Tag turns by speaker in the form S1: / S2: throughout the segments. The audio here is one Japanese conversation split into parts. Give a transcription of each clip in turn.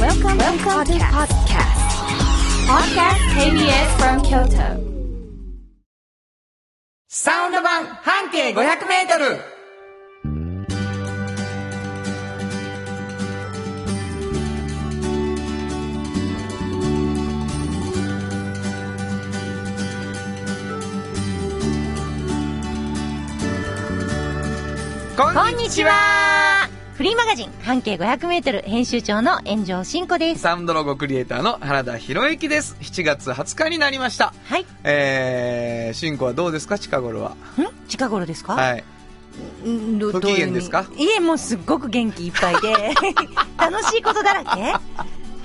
S1: Welcome, to the podcast. Podcast KBS from Kyoto.
S2: サウンド版半径500メートル
S3: こんにちはフリーマガジン半径500メートル編集長の炎上真子です。
S2: サウンドロゴクリエイターの原田博之です。7月20日になりました。
S3: はい。
S2: えー、しんこはどうですか近頃は。
S3: ん近頃ですか
S2: はい。
S3: んど
S2: 不機嫌ですか
S3: どういう意味いえ、もうすっごく元気いっぱいで。 楽しいことだらけ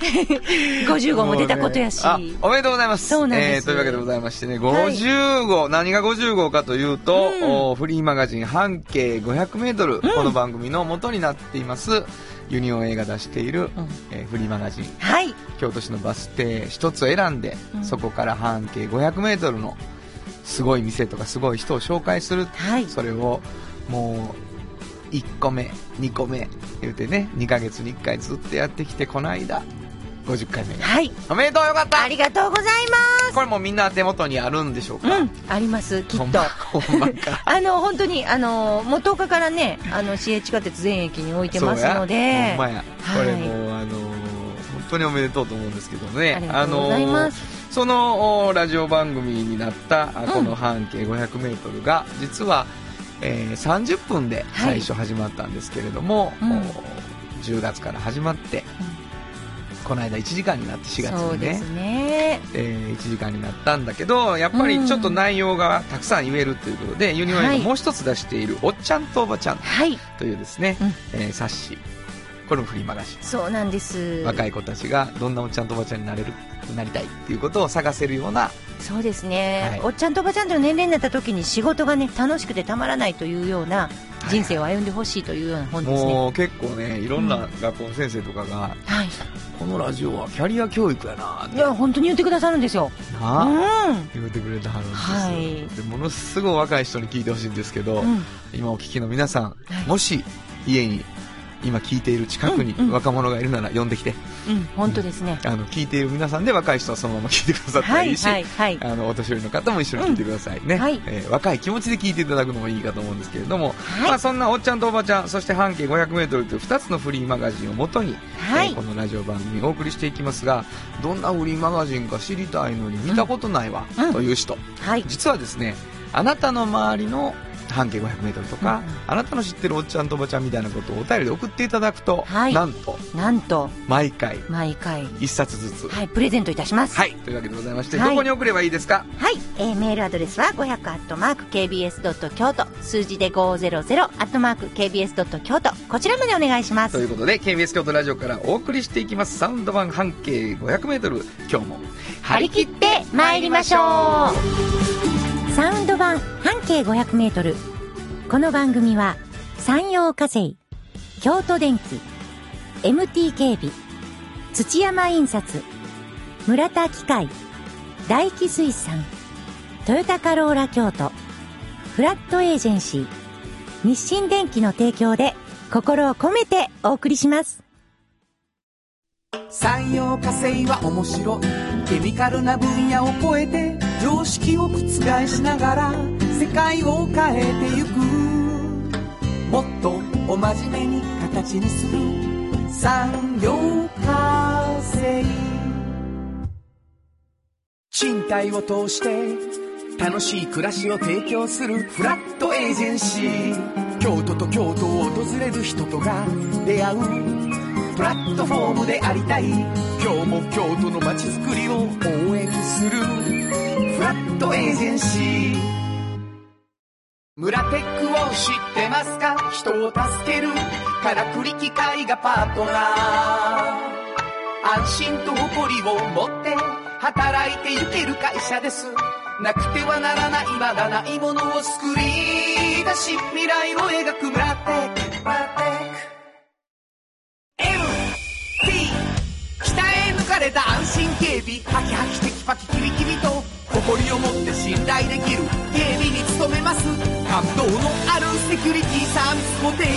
S3: ?50 号も出たことやし。
S2: もうねあおめでとうございます。
S3: そうなんです
S2: えーというわけでございましてね、
S3: はい
S2: 50号、何が50号かというと、
S3: うん
S2: おフリーマガジン半径500メートル、この番組の元になっています、ユニオン映画出している、
S3: うん
S2: えーフリーマガジン、
S3: はい。
S2: 京都市のバス停一つ選んで、
S3: うん
S2: そこから半径500メートルのすごい店とかすごい人を紹介する。
S3: はい。
S2: それを、もう、1個目、2個目、言うてね、2ヶ月に1回ずっとやってきて、この間、50回目が
S3: はい。
S2: おめでとうよかった
S3: ありがとうございま
S2: これもうみんな手元にあるんでしょうか、
S3: す。うん。あります、き
S2: ほん
S3: っ
S2: ま
S3: と。
S2: ほんま か
S3: あの、本当に、あの、もう10日からね、あの、市営地下鉄全駅に置いてますので。
S2: そうやほんまや、
S3: はい
S2: これもうあのー本当におめでとうと思うんですけどね
S3: ありがとうございます
S2: あのーそのおラジオ番組になったあ
S3: うん
S2: この半径 500m が、実は、えー30分で
S3: は
S2: 最
S3: い
S2: 初始まったんですけれども、
S3: うん
S2: お10月から始まって、この間1時間になって4月
S3: そう
S2: にね
S3: ですね。
S2: えー1時間になったんだけどやっぱりちょっと内容がたくさん言えるということで、ユニオンが
S3: はい
S2: もう一つ出している「おっちゃんとおばちゃん
S3: はい。」
S2: というですね、
S3: うん
S2: えー冊子これもフリマガジン
S3: そうなんです。
S2: 若い子たちがどんなおっちゃんとおばちゃんになれるなりたいっていうことを探せるような
S3: そうですね、
S2: はい
S3: おっちゃんとおばちゃんとの年齢になった時に仕事がね楽しくてたまらないというような人生を歩んでほしいというような本ですね。
S2: もう結構ねいろんな学校の先生とかが、
S3: はい、
S2: このラジオはキャリア教育やなって
S3: いや本当に言ってくださるんですよ。う
S2: なあ
S3: ん、
S2: 言ってくれたはるんです、
S3: はい
S2: でものすごい若い人に聞いてほしいんですけど、
S3: うん、
S2: 今お聞きの皆さん、
S3: い
S2: もし家に今聞いている近くに
S3: うんうん
S2: 若者がいるなら呼んできて、
S3: うん、本当ですね。
S2: あの聞いている皆さんで若い人はそのまま聞いてくださった
S3: は
S2: らい
S3: い
S2: いし、
S3: はいはい。
S2: あのお年寄りの方も一緒に聞いてくださいね、
S3: うんはい
S2: えー若い気持ちで聞いていただくのもいいかと思うんですけれども、
S3: はい
S2: まあ、そんなおっちゃんとおばちゃんそして半径 500m という2つのフリーマガジンをもとに、
S3: は
S2: えー
S3: い
S2: こ。のラジオ番組をお送りしていきますがどんなフリーマガジンか知りたいのに見たことないわ、
S3: うん
S2: という人
S3: はい。
S2: 実はですねあなたの周りの半径 500m と
S3: う
S2: か、
S3: ん
S2: あなたの知ってるおっちゃんとおばちゃんみたいなことをお便りで送っていただくと、
S3: はい
S2: なんと
S3: なんと
S2: 毎回
S3: 毎回
S2: 1冊ずつ
S3: はいプレゼントいたします。
S2: はいというわけでございまして、
S3: はい
S2: どこに送ればいいですか
S3: はい、えーメールアドレスは5 0 0 k b s k y o t o 数字で5 0 0 k b s k y o t o こちらまでお願いしま
S2: と
S3: す
S2: い。うことで KBS 京都ラジオからお送りしていきますサウンド版半径 500m 今日も
S3: 張り切って参りましょうサウンド版半径500メートルこの番組は山陽火星京都電機 MT 警備土山印刷村田機械大気水産トヨタカローラ京都フラットエージェンシー日清電機の提供で心を込めてお送りします
S4: 産業化成は面白いケミカルな分野を超えて常識を覆しながら世界を変えてゆくもっとお真面目に形にする産業化成賃貸を通して楽しい暮らしを提供するフラットエージェンシー京都と京都を訪れる人とが出会うプラットフォームでありたい今日も京都の街づくりを応援するフラットエージェンシー村テックを知ってますか人を助けるからくり機械がパートナー安心と誇りを持って働いてゆける会社ですなくてはならないまだないものを作り出し未来を描く村テック村テック MT 北へ抜かれた安心警備ハキハキテキパキキビキビと誇りを持って信頼できる警備に努めます感動のあるセキュリティサービスも提供する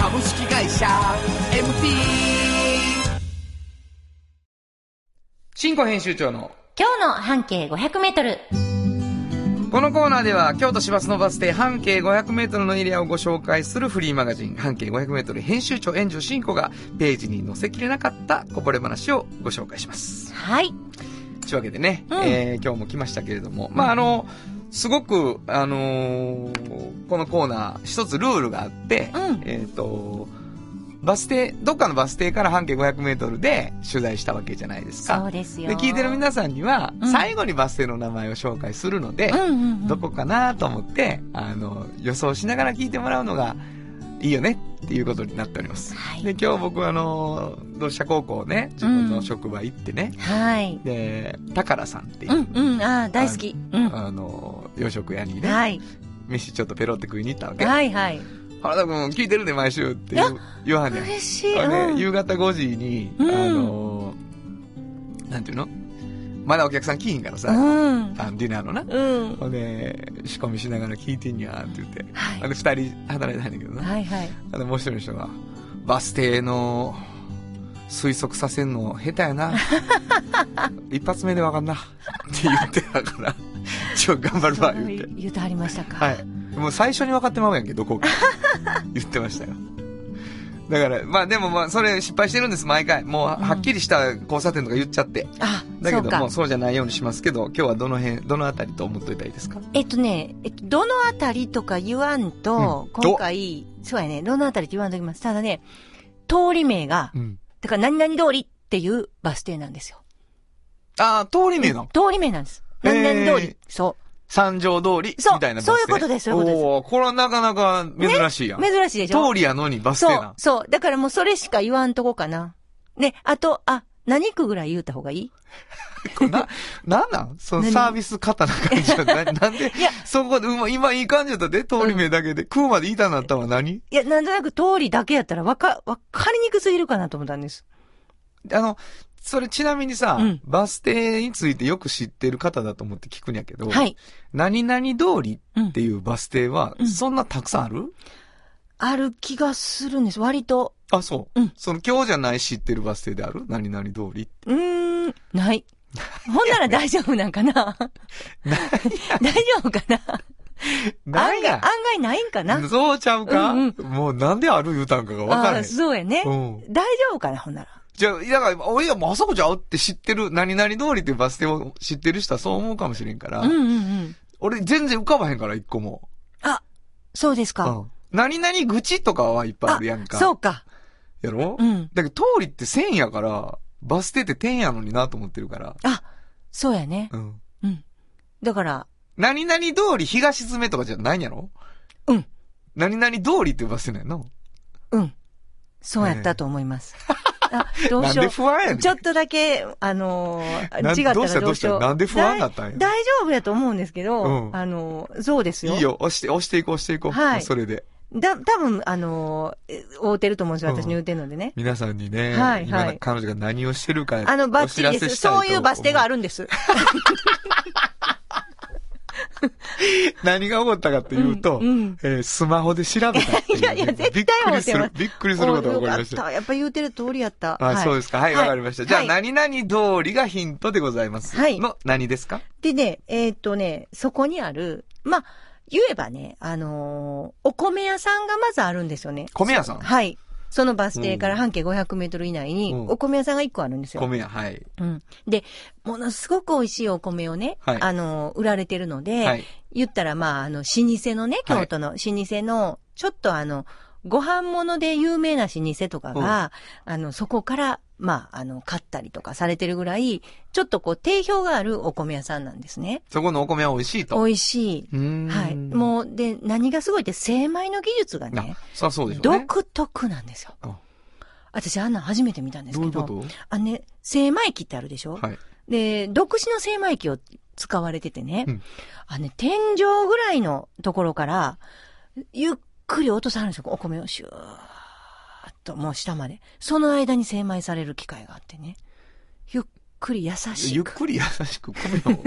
S4: 株式会社 MT
S2: 新庫編集長の
S3: 今日の半径500メートル。
S2: このコーナーでは京都市バスのバス停半径 500m のエリアをご紹介するフリーマガジン半径 500m 編集長炎上真子がページに載せきれなかったこぼれ話をご紹介します。
S3: はい。
S2: というわけでね、
S3: うん
S2: えー今日も来ましたけれども、まああの、すごく、あのーこのコーナー一つルールがあって、
S3: うん
S2: えっ、と、バス停、どっかのバス停から半径 500m で取材したわけじゃないですか。
S3: そうですよ。
S2: で、聞いてる皆さんには、
S3: うん
S2: 最後にバス停の名前を紹介するので、
S3: うんうんうん。
S2: どこかなと思って、あの、予想しながら聞いてもらうのがいいよねっていうことになっております。
S3: はい
S2: で、今日僕はあの、同志社高校ね、自分の職場行ってね、
S3: はい。
S2: で、宝さんっていう、
S3: うんうん。ああ、大好き。うん。
S2: あの、洋食屋にね、
S3: はい。
S2: 飯ちょっとペロって食いに行ったわけ。
S3: はいはい。
S2: 原田くん聞いてるで毎週って言う言わはんねん。
S3: 嬉しい。
S2: あのね
S3: うん
S2: 夕方5時に、
S3: うん
S2: あの、なんていうのまだお客さん来いひんからさ、
S3: うん。
S2: あのディナーのな。
S3: うん。
S2: ほんで、仕込みしながら聞いてんやーって言って。
S3: は
S2: あの、
S3: い。
S2: 二人働いてはんだけどな。
S3: はいはい。
S2: あの、もう一人の人が、バス停の推測させんの下手 やな。一発目でわかんな。って言って たから、ちょ、頑張るわ、言って。
S3: 言うてはりましたか。
S2: はい。もう最初に分かってまうやんけ、どこか。 言ってましたよ。だから、まあでもまあ、それ失敗してるんです、毎回。もう、
S3: うん
S2: はっきりした交差点とか言っちゃって。
S3: あ、
S2: だ
S3: そ
S2: け
S3: う
S2: ど、
S3: か
S2: もう。そうじゃないようにしますけど、今日はどの辺、どのあたりと思っといたらいいですか
S3: えっとね、えっと、どのあたりとか言わんと、
S2: うん
S3: 今回、そうやね、どのあたりって言わんときます。ただね、通り名が、
S2: うん。
S3: だから何々通りっていうバス停なんですよ。
S2: ああ、通り名の。
S3: 通り名なんです。
S2: へー
S3: 何々通り。そ
S2: 三条通り
S3: そう
S2: みたいなバス停
S3: そういうことですそういうことです
S2: おーこれはなかなか珍しいやん。
S3: う。珍しいでしょ
S2: 通りやのにバス停
S3: そ
S2: な、。
S3: うんそう。だからもうそれしか言わんとこかな。ね、あと、あ、何区ぐらい言うた方がいい
S2: これな、 なんなんその
S3: 何
S2: サービス方な感じ はな、なんで、
S3: いや
S2: そこで、うま今いい感じだったで、通り名だけで、食うまで言いたなったのは何
S3: いや、なんとなく通りだけやったらわか、わかりにくすぎるかなと思ったんです。
S2: あの、それちなみにさ、
S3: うん
S2: バス停についてよく知ってる方だと思って聞くんやけど、
S3: はい。
S2: 何々通り
S3: う
S2: っ
S3: ん
S2: て。いうバス停は
S3: う、ん
S2: そんなたくさんある、
S3: ある気がするんです。割と。
S2: あ、そう。
S3: うん
S2: その今日じゃない知ってるバス停である何々通 りって
S3: うーん、ない。ほんなら大丈夫なんか な大丈夫かな
S2: な
S3: 案
S2: ん
S3: 外、
S2: や
S3: 案外ないんかな
S2: そうちゃうか、
S3: うん
S2: もうなんである言うたんかがわから
S3: あ
S2: へ
S3: ー
S2: ん。
S3: そうやね。
S2: うん。
S3: 大丈夫かなほんなら。
S2: じゃあ、だから、俺はもうあそこちゃうって知ってる、何々通りっていうバス停を知ってる人はそう思うかもしれんから、
S3: うんうんうん。
S2: 俺全然浮かばへんから、一個も。
S3: あ、そうです
S2: う
S3: か。
S2: ん。何々愚痴とかはいっぱいあるやんか。
S3: そうか。
S2: やろ、
S3: うん。
S2: だけど、通りって線やから、バス停って点やのになと思ってるから。
S3: あ、そうやね。
S2: うん。
S3: うん。だから、
S2: 何々通り東詰めとかじゃないんやろ
S3: うん。
S2: 何々通りっていうバス停なんやの
S3: うん。そうやったと思います。あ、どう
S2: なん
S3: しよ
S2: で
S3: う。
S2: 不安やねん。
S3: ちょっとだけ、あのー
S2: なん
S3: 違った
S2: どう
S3: ら
S2: し
S3: ど
S2: たど
S3: う
S2: う
S3: し
S2: し
S3: よ
S2: た
S3: う。
S2: なんで不安だったんや。
S3: 大丈夫やと思うんですけど、
S2: うん
S3: あのーそうですよ。
S2: いいよ、押して、押していこう、押していこう。
S3: はい
S2: それで。
S3: だ、多分、あのー、え合うてると思うんですよ。私に言うてるのでね。
S2: 皆さんにね、
S3: はい
S2: 今
S3: はい
S2: 彼女が何をしてるか、
S3: あの、バッチリ
S2: お知
S3: で
S2: らせ
S3: す。
S2: したと
S3: そういうバス停があ
S2: る。
S3: るんです。
S2: 何が起こったかっていうと、
S3: うんうん
S2: えースマホで調べたっていう、ね。
S3: いやいや絶対
S2: びっくりす
S3: 思
S2: る
S3: っ、
S2: びっくりすることが起こりまし
S3: およか
S2: た。
S3: った。やっぱ言うてる通りやった。
S2: あ、そうですか。はい、わ、かりました。じゃあ、
S3: はい
S2: 何々通りがヒントでございます。
S3: はい
S2: の、何ですか
S3: でね、えーっとね、そこにある、まあ、言えばね、あのーお米屋さんがまずあるんですよね。
S2: 米屋さん。
S3: はい。そのバス停から半径500メートル以内に、
S2: うん
S3: お米屋さんが1個あるんですよ。
S2: 米屋、はい。
S3: うん。で、ものすごく美味しいお米をね、
S2: はい
S3: あのー売られてるので、
S2: はい。
S3: 言ったら、まあ、あの、老舗のね、
S2: はい
S3: 京都の老舗の、ちょっとあの、ご飯物で有名な老舗とかが、あの、そこから、まあ、あの、買ったりとかされてるぐらい、ちょっとこう、定評があるお米屋さんなんですね。
S2: そこのお米は美味しいと。
S3: 美味しい。
S2: うーん
S3: はい。もう、で、何がすごいって、精米の技術が
S2: あ
S3: ね、、
S2: そりゃそうでしょうね。
S3: 独特なんですよ
S2: あ。
S3: 私、あんなん初めて見たんです
S2: ど
S3: け
S2: うい
S3: ど。
S2: うこ
S3: あのね、精米機ってあるでしょ、
S2: とはい。
S3: で、独自の精米機を使われててね、
S2: うん
S3: あのね、天井ぐらいのところから、ゆっくり落とさはるんですよ。お米をシューッと、もう下まで。その間に精米される機会があってね。ゆっくり優し
S2: ゆっ
S3: く。
S2: くり優しく米を。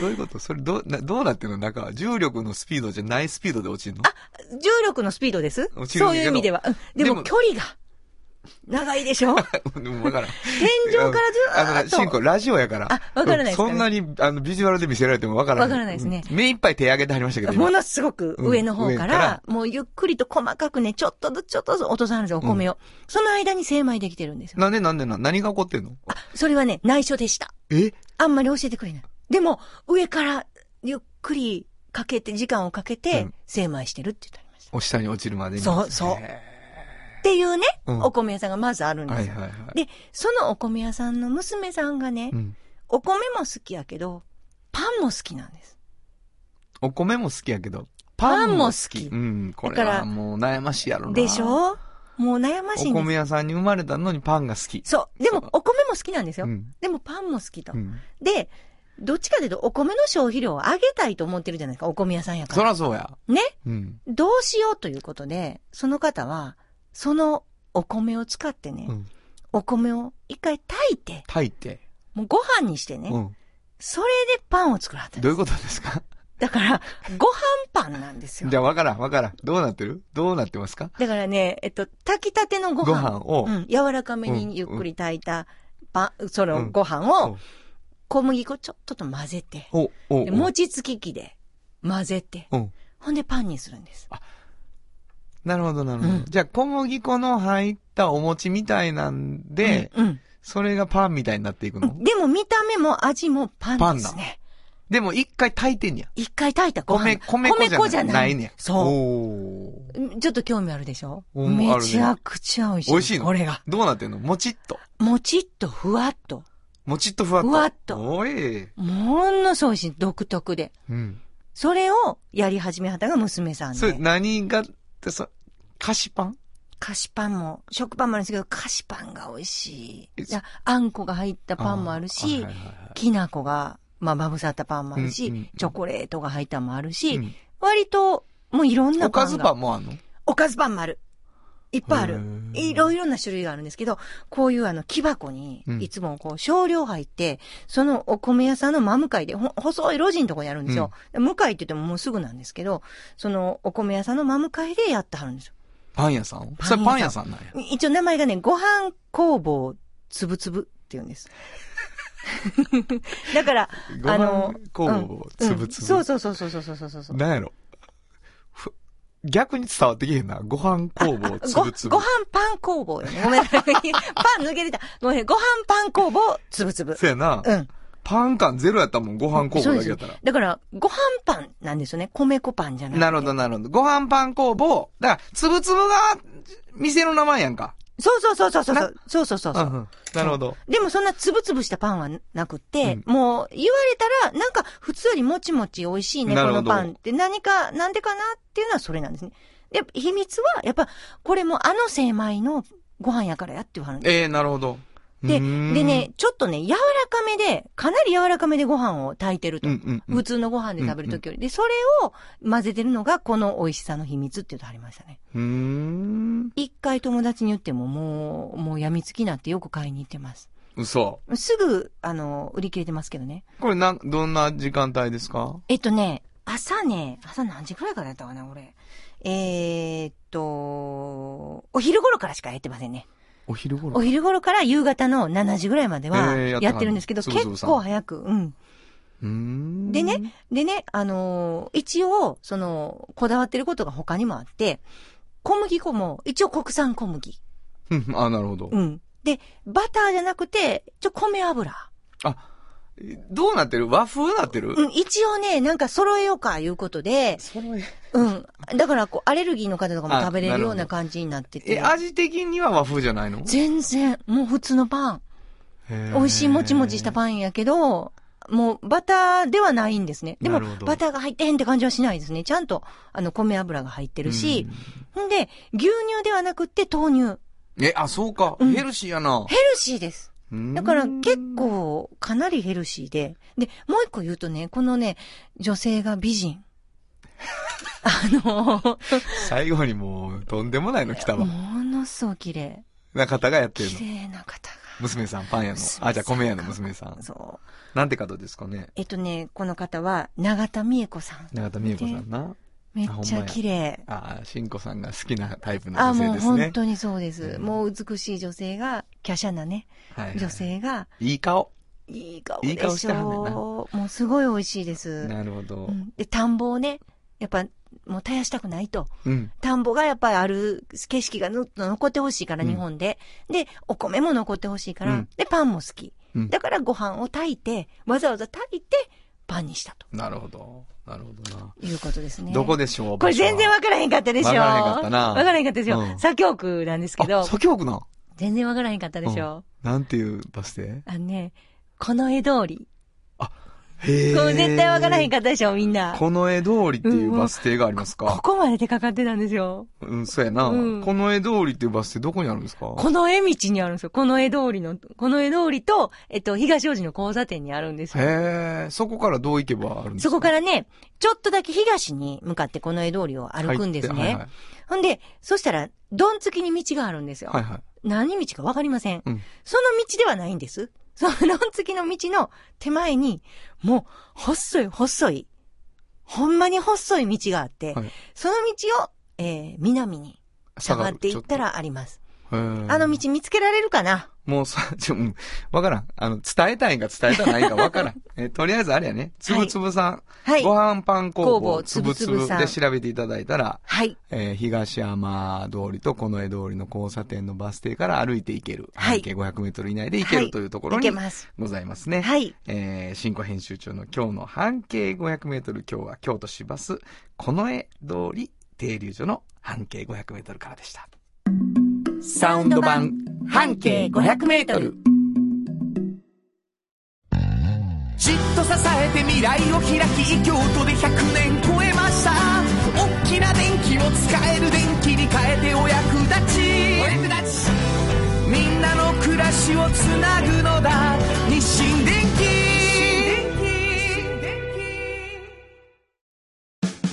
S2: どういうことそれどう、などうなってるの中、重力のスピードじゃないスピードで落ちるの
S3: 重力のスピードです。
S2: 落ちるん
S3: そ
S2: だ
S3: う
S2: けど
S3: いう意味では。うんで
S2: で
S3: も
S2: も
S3: 距離が。長いでしょ
S2: うんわからん。
S3: 天井から
S2: あ
S3: ずーっ
S2: の、
S3: と
S2: シンコ、ラジオやから。
S3: あわからないですかね
S2: そんなに、あの、ビジュアルで見せられてもわからん。
S3: わからないですね
S2: うん目いっぱい手上げてはりましたけど、今
S3: ものすごく上の方から、
S2: う
S3: もうゆっくりと細かくね、ちょっとずつちょっとずつ落とさはるんですよ、お米を。その間に精米できてるんですよ。
S2: なんでなんでなん何が起こってんの
S3: あ、それはね、内緒でした。
S2: え
S3: あんまり教えてくれない。でも、上からゆっくりかけて、時間をかけ
S2: う
S3: て
S2: ん、
S3: 精米してるって言ってありました。
S2: お下に落ちるまでに。
S3: そうそう
S2: へ
S3: っていうね、
S2: うん
S3: お米屋さんがまずあるん
S2: ー
S3: で
S2: は
S3: す
S2: い
S3: よ。
S2: はいはい。
S3: で、そのお米屋さんの娘さんがね、
S2: うん。
S3: お米も好きやけど、パンも好きなんです。
S2: お米も好きやけど。
S3: パンも好き
S2: うん。これ
S3: だか
S2: は
S3: ら
S2: もう悩ましいやろな。
S3: でしょもう悩ましい
S2: お
S3: んです
S2: 米。屋さんに生まれたのにパンが好き。
S3: そう。でも、お米も好きなんですよ。
S2: うん。
S3: でも、パンも好きと。
S2: うん。
S3: で、どっちかというと、お米の消費量を上げたいと思ってるじゃないですか、お米屋さんやか
S2: そ
S3: ら。
S2: らそうや。
S3: ね。
S2: うん。
S3: どうしようということで、その方は、そのお米を使ってね、
S2: うん
S3: お米を一回炊いて、
S2: 炊いて。
S3: もうご飯にしてね、
S2: うん。
S3: それでパンを作らはったん
S2: ど
S3: で
S2: うい
S3: す
S2: う。ことですか
S3: だから、ご飯パンなんですよ。
S2: じゃあわからんわからん。どうなってるどうなってますか
S3: だからね、えっと、炊きたてのご
S2: ご
S3: 飯。
S2: 飯を
S3: う。ん、柔らかめ
S2: うん
S3: にゆっくり炊いた、パン、そうの
S2: ん
S3: ご飯
S2: う
S3: を
S2: ん、
S3: 小麦粉ちょっとと混ぜて、
S2: お、お、
S3: で
S2: お
S3: 餅つき器で混ぜて、
S2: うん。
S3: ほんでパンにするんです。
S2: なるほど、なるほど。
S3: うん
S2: じゃあ、小麦粉の入ったお餅みたいなんで、
S3: うん、
S2: それがパンみたいになっていく
S3: う
S2: の。
S3: ん。でも見た目も味もパンですね。
S2: でも、一回炊いてんねや。
S3: 一回炊いたご飯
S2: 米、。米粉じゃない。ないねや。
S3: そう
S2: おー
S3: うん。ちょっと興味あるでしょ
S2: お
S3: め
S2: ーあるね
S3: ちゃくちゃ美味しい。
S2: 美味しいの
S3: これが。
S2: どうなってんのもちっと。
S3: もちっとふわっと。
S2: もちっとふわっと。
S3: ふわっと
S2: おい。
S3: ものすごい美味しい。独特で。
S2: うん。
S3: それをやり始めはったが娘さん
S2: それ、
S3: で。
S2: 何が、ってそ、菓子パン
S3: 菓子パンも、食パンもあるんですけど、菓子パンが美味しい。
S2: え
S3: いやあんこが入ったパンもあるし、
S2: ーはいはいはい
S3: きな粉が、まあ、まぶさったパンもあるし、
S2: うんうんうん
S3: チョコレートが入ったもあるし、
S2: うん
S3: 割と、もういろんな
S2: お
S3: パン
S2: か
S3: が。
S2: ずパンもあんの
S3: おかずパンもある。いっぱいあ
S2: へ
S3: る。
S2: ー
S3: いろいろな種類があるんですけど、こういうあの木箱に
S2: う、ん
S3: いつもこう少量入って、そのお米屋さんの真向かいで、ほ細い路地のとこにあるんですよ。向かいって言ってももうすぐなんですけど、そのお米屋さんの真向かいでやってはるんですよ。
S2: パン屋さん
S3: パン屋さん
S2: それパン屋さんなんや。
S3: 一応名前がね、ご飯工房つぶつぶって言うんです。 だから、
S2: ご
S3: あの
S2: 飯、工房、
S3: うん
S2: つぶつぶ。
S3: そうそうそうそうそうそうそうそう。
S2: なんやろ。ふ逆に伝わってきへんな。ご飯工房、つ
S3: ご、ご
S2: ぶつ
S3: 飯
S2: ぶ。
S3: パン工房よね。ごめんな さい。パン抜けてた。ごめん。ご飯パン工房、つぶつぶ。
S2: そやな。
S3: うん。
S2: パン感ゼロやったもん、ご飯工
S3: そうで
S2: 房だけ
S3: す
S2: やったら。
S3: だから、ご飯パンなんですよね。米粉パンじゃなくて。
S2: なるほど、なるほど。ご飯パン工房。だから、つぶつぶが、店の名前やんか。
S3: そうそうそうそうそうそう。そうそうそう
S2: う
S3: そ
S2: ん
S3: う。
S2: うん。なるほど。
S3: でもそんなつぶつぶしたパンはなくて、
S2: う
S3: もう言われたら、なんか普通よりもちもち美味しいね、
S2: な
S3: こ
S2: るほ
S3: の
S2: ど
S3: パンって何か、なんでかなっていうのはそれなんですね。やっぱ秘密は、やっぱこれもあの精米のご飯やからやって言わはるんです
S2: ええ、なるほど。
S3: で、で
S2: うーん。
S3: ね、ちょっとね、柔らかめで、かなり柔らかめでご飯を炊いてると。
S2: うんうんうん
S3: 普通のご飯で食べるときより。で、それを混ぜてるのが、この美味しさの秘密っていうとありましたね。
S2: うーん。
S3: 一回友達に言っても、もう、もう病みつきになってよく買いに行ってます。
S2: 嘘。
S3: すぐ、あの、売り切れてますけどね。
S2: これなん、どんな時間帯ですか
S3: えっとね、朝ね、朝何時くらいからやったかな、俺。えーっと、お昼頃からしかやってませんね。
S2: お昼頃
S3: お昼頃から夕方の7時ぐらいまでは
S2: えーやってはんの
S3: やってるんですけど、
S2: つぶつぶ
S3: 結
S2: さん
S3: 構早く、うん。
S2: うーん。
S3: でね。でね、あのー一応、その、こだわってることが他にもあって、小麦粉も、一応国産小麦。
S2: うんあ、なるほど
S3: う。ん。で、バターじゃなくて、ちょ、米油。
S2: あ、どうなってる和風なってる
S3: うん、一応ね、なんか揃えようか、いうことで、
S2: それ
S3: うん。だから、こう、アレルギーの方とかも
S2: あ
S3: 食べれるよう
S2: なる
S3: な
S2: ほど
S3: 感じになって
S2: え、
S3: て。
S2: 味的には和風じゃないの
S3: 全然、もう普通のパン。美味しいもちもちした
S2: ン。
S3: パンやけど、もうバターではないんですね。でも
S2: なるほ、ど
S3: バターが入ってへんって感じはしないですね。ちゃんと、あの、米油が入ってるし。んで、牛乳ではなくって豆乳。
S2: え、あ、そうか。
S3: うん
S2: ヘルシーやな。
S3: ヘルシーです。だから
S2: うん
S3: 結構、かなりヘルシーで。で、もう一個言うとね、このね、女性が美 人。あの、
S2: 最後にもう、とんでもないの来たわ。
S3: ものすごく綺麗。
S2: な方がやってるの
S3: 綺。麗な方が。
S2: 娘さん、パン屋の
S3: 娘。さん
S2: あ、じゃあ米屋の娘さん。
S3: そう。
S2: なんて方ですかね。
S3: えっとね、この方は、永田美恵子さん。
S2: 永田美恵子さんな。
S3: めっちゃ綺麗。
S2: ああ、しんこさんが好きなタイプの
S3: あ、
S2: 女性
S3: もう
S2: ですね。
S3: 本当にそうです。
S2: うん
S3: もう美しい女性が、華奢なね、
S2: はいはい
S3: 女性が、
S2: いい顔。
S3: いい顔
S2: いい顔
S3: で
S2: し
S3: して
S2: はんねんな
S3: ょう。もうすごい美味しいです。
S2: なるほど
S3: う。んで、田んぼをね、やっぱ、もう絶やしたくないと。
S2: うん。
S3: 田んぼがやっぱりある景色がの残ってほしいから、
S2: うん
S3: 日本で。で、お米も残ってほしいから、
S2: うん
S3: で、パンも好き。
S2: うん
S3: だからご飯を炊いて、わざわざ炊いて、パンにしたと
S2: なるほど。なるほどな。
S3: いうことですね。
S2: どこでしょう
S3: これ全然
S2: わ
S3: わからへんかったでしょ
S2: わからへんかったな
S3: わからへんかったでしょ、
S2: うん
S3: 左京区なんですけ
S2: けど。
S3: ど
S2: あ、、左京区なん
S3: 全然わからへんかったでしょ、
S2: なんていうバス停
S3: あのね、この絵通り。
S2: へえ。
S3: これ絶対わからへんかったでしょみんな。こ
S2: この江通りっていうバス停がありますか
S3: こまで手かかってたんですよ。
S2: うん、そうやな。
S3: うん
S2: この江通りっていうバス停どこにあるんですか
S3: この絵道にあるんですよ。この絵通りの、この絵通りと、えっと、東大路の交差点にあるんですよ。
S2: へえ、そこからどう行けばあるんですか
S3: そこからね、ちょっとだけ東に向かってこの絵通りを歩くんですね。
S2: 入ってはい
S3: ほんで、そしたら、どんつきに道があるんですよ。
S2: はい。はいはい。
S3: 何道かわかりません,、
S2: うん
S3: その道ではないんです。そのどんつきの道の手前に、もう、細い細い、ほんまに細い道があって、
S2: はい
S3: その道を、えー、南に下がっていったらあります。
S2: へー、
S3: あの道見つけられるかな
S2: もうさ、ちょ、うん、わからん。あの、伝えたいんか伝えたないんかわからん。 え、とりあえずあれやね。つぶつぶさん。
S3: はい。
S2: ご飯パン工
S3: 工
S2: 房
S3: 房
S2: つぶつぶ
S3: つぶつぶさん
S2: で調べていただいたら、
S3: はい。
S2: えー東山通りと近江通りの交差点のバス停から歩いて行ける。
S3: はい
S2: 半径500メートル以内で行け
S3: は
S2: る
S3: い
S2: というところ
S3: 行
S2: に
S3: けます。
S2: ございますね。
S3: はい。
S2: えー、新庫編集長の今日の半径500メートル、今日は京都市バス、近衛通り停留所の半径500メートルからでした。サ
S3: ウンド版半径500メートル。
S4: じっと支えて未来を開き京都で100年超えました大きな電気を使える電気に変えてお役立ちお役立ちみんなの暮らしをつなぐのだ日清電気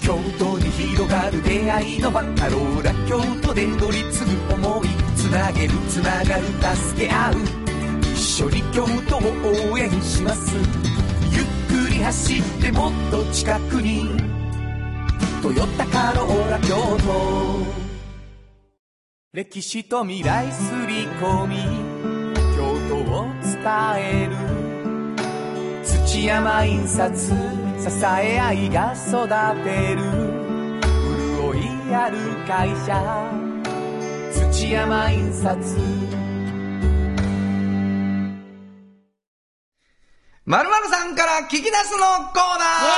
S4: 京都に広がる出会いのバカローラ京都で乗り継ぐ思いつなげるつながる助け合う一緒に京都を応援しますゆっくり走ってもっと近くに「トヨタカローラ京都」歴史と未来すり込み京都を伝える土山印刷支え合いが育てる潤いある会社土山印刷
S2: まるまるさんから聞き出すのコーナ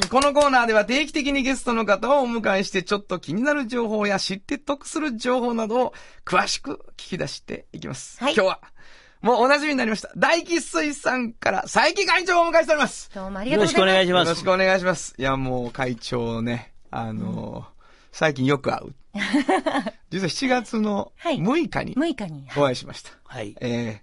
S2: ーこのコーナーでは定期的にゲストの方をお迎えしてちょっと気になる情報や知って得する情報などを詳しく聞き出していきます。
S3: はい
S2: 今日は、もうお馴染みになりました。大吉水さんから佐伯会長をお迎えしております。
S3: どうもあり
S5: よ
S3: がとう
S5: ろ
S3: ご
S5: しくお
S3: ざ
S5: 願
S3: い
S5: い
S3: ま
S2: よ
S5: しま
S2: ろ
S5: す
S2: し。くお願いします。いや、もう会長ね、あのー最近よく 会う。実は7月の
S3: はい
S2: 6日に
S3: す。6日に。
S2: お会いしました。
S5: はい。
S2: えー、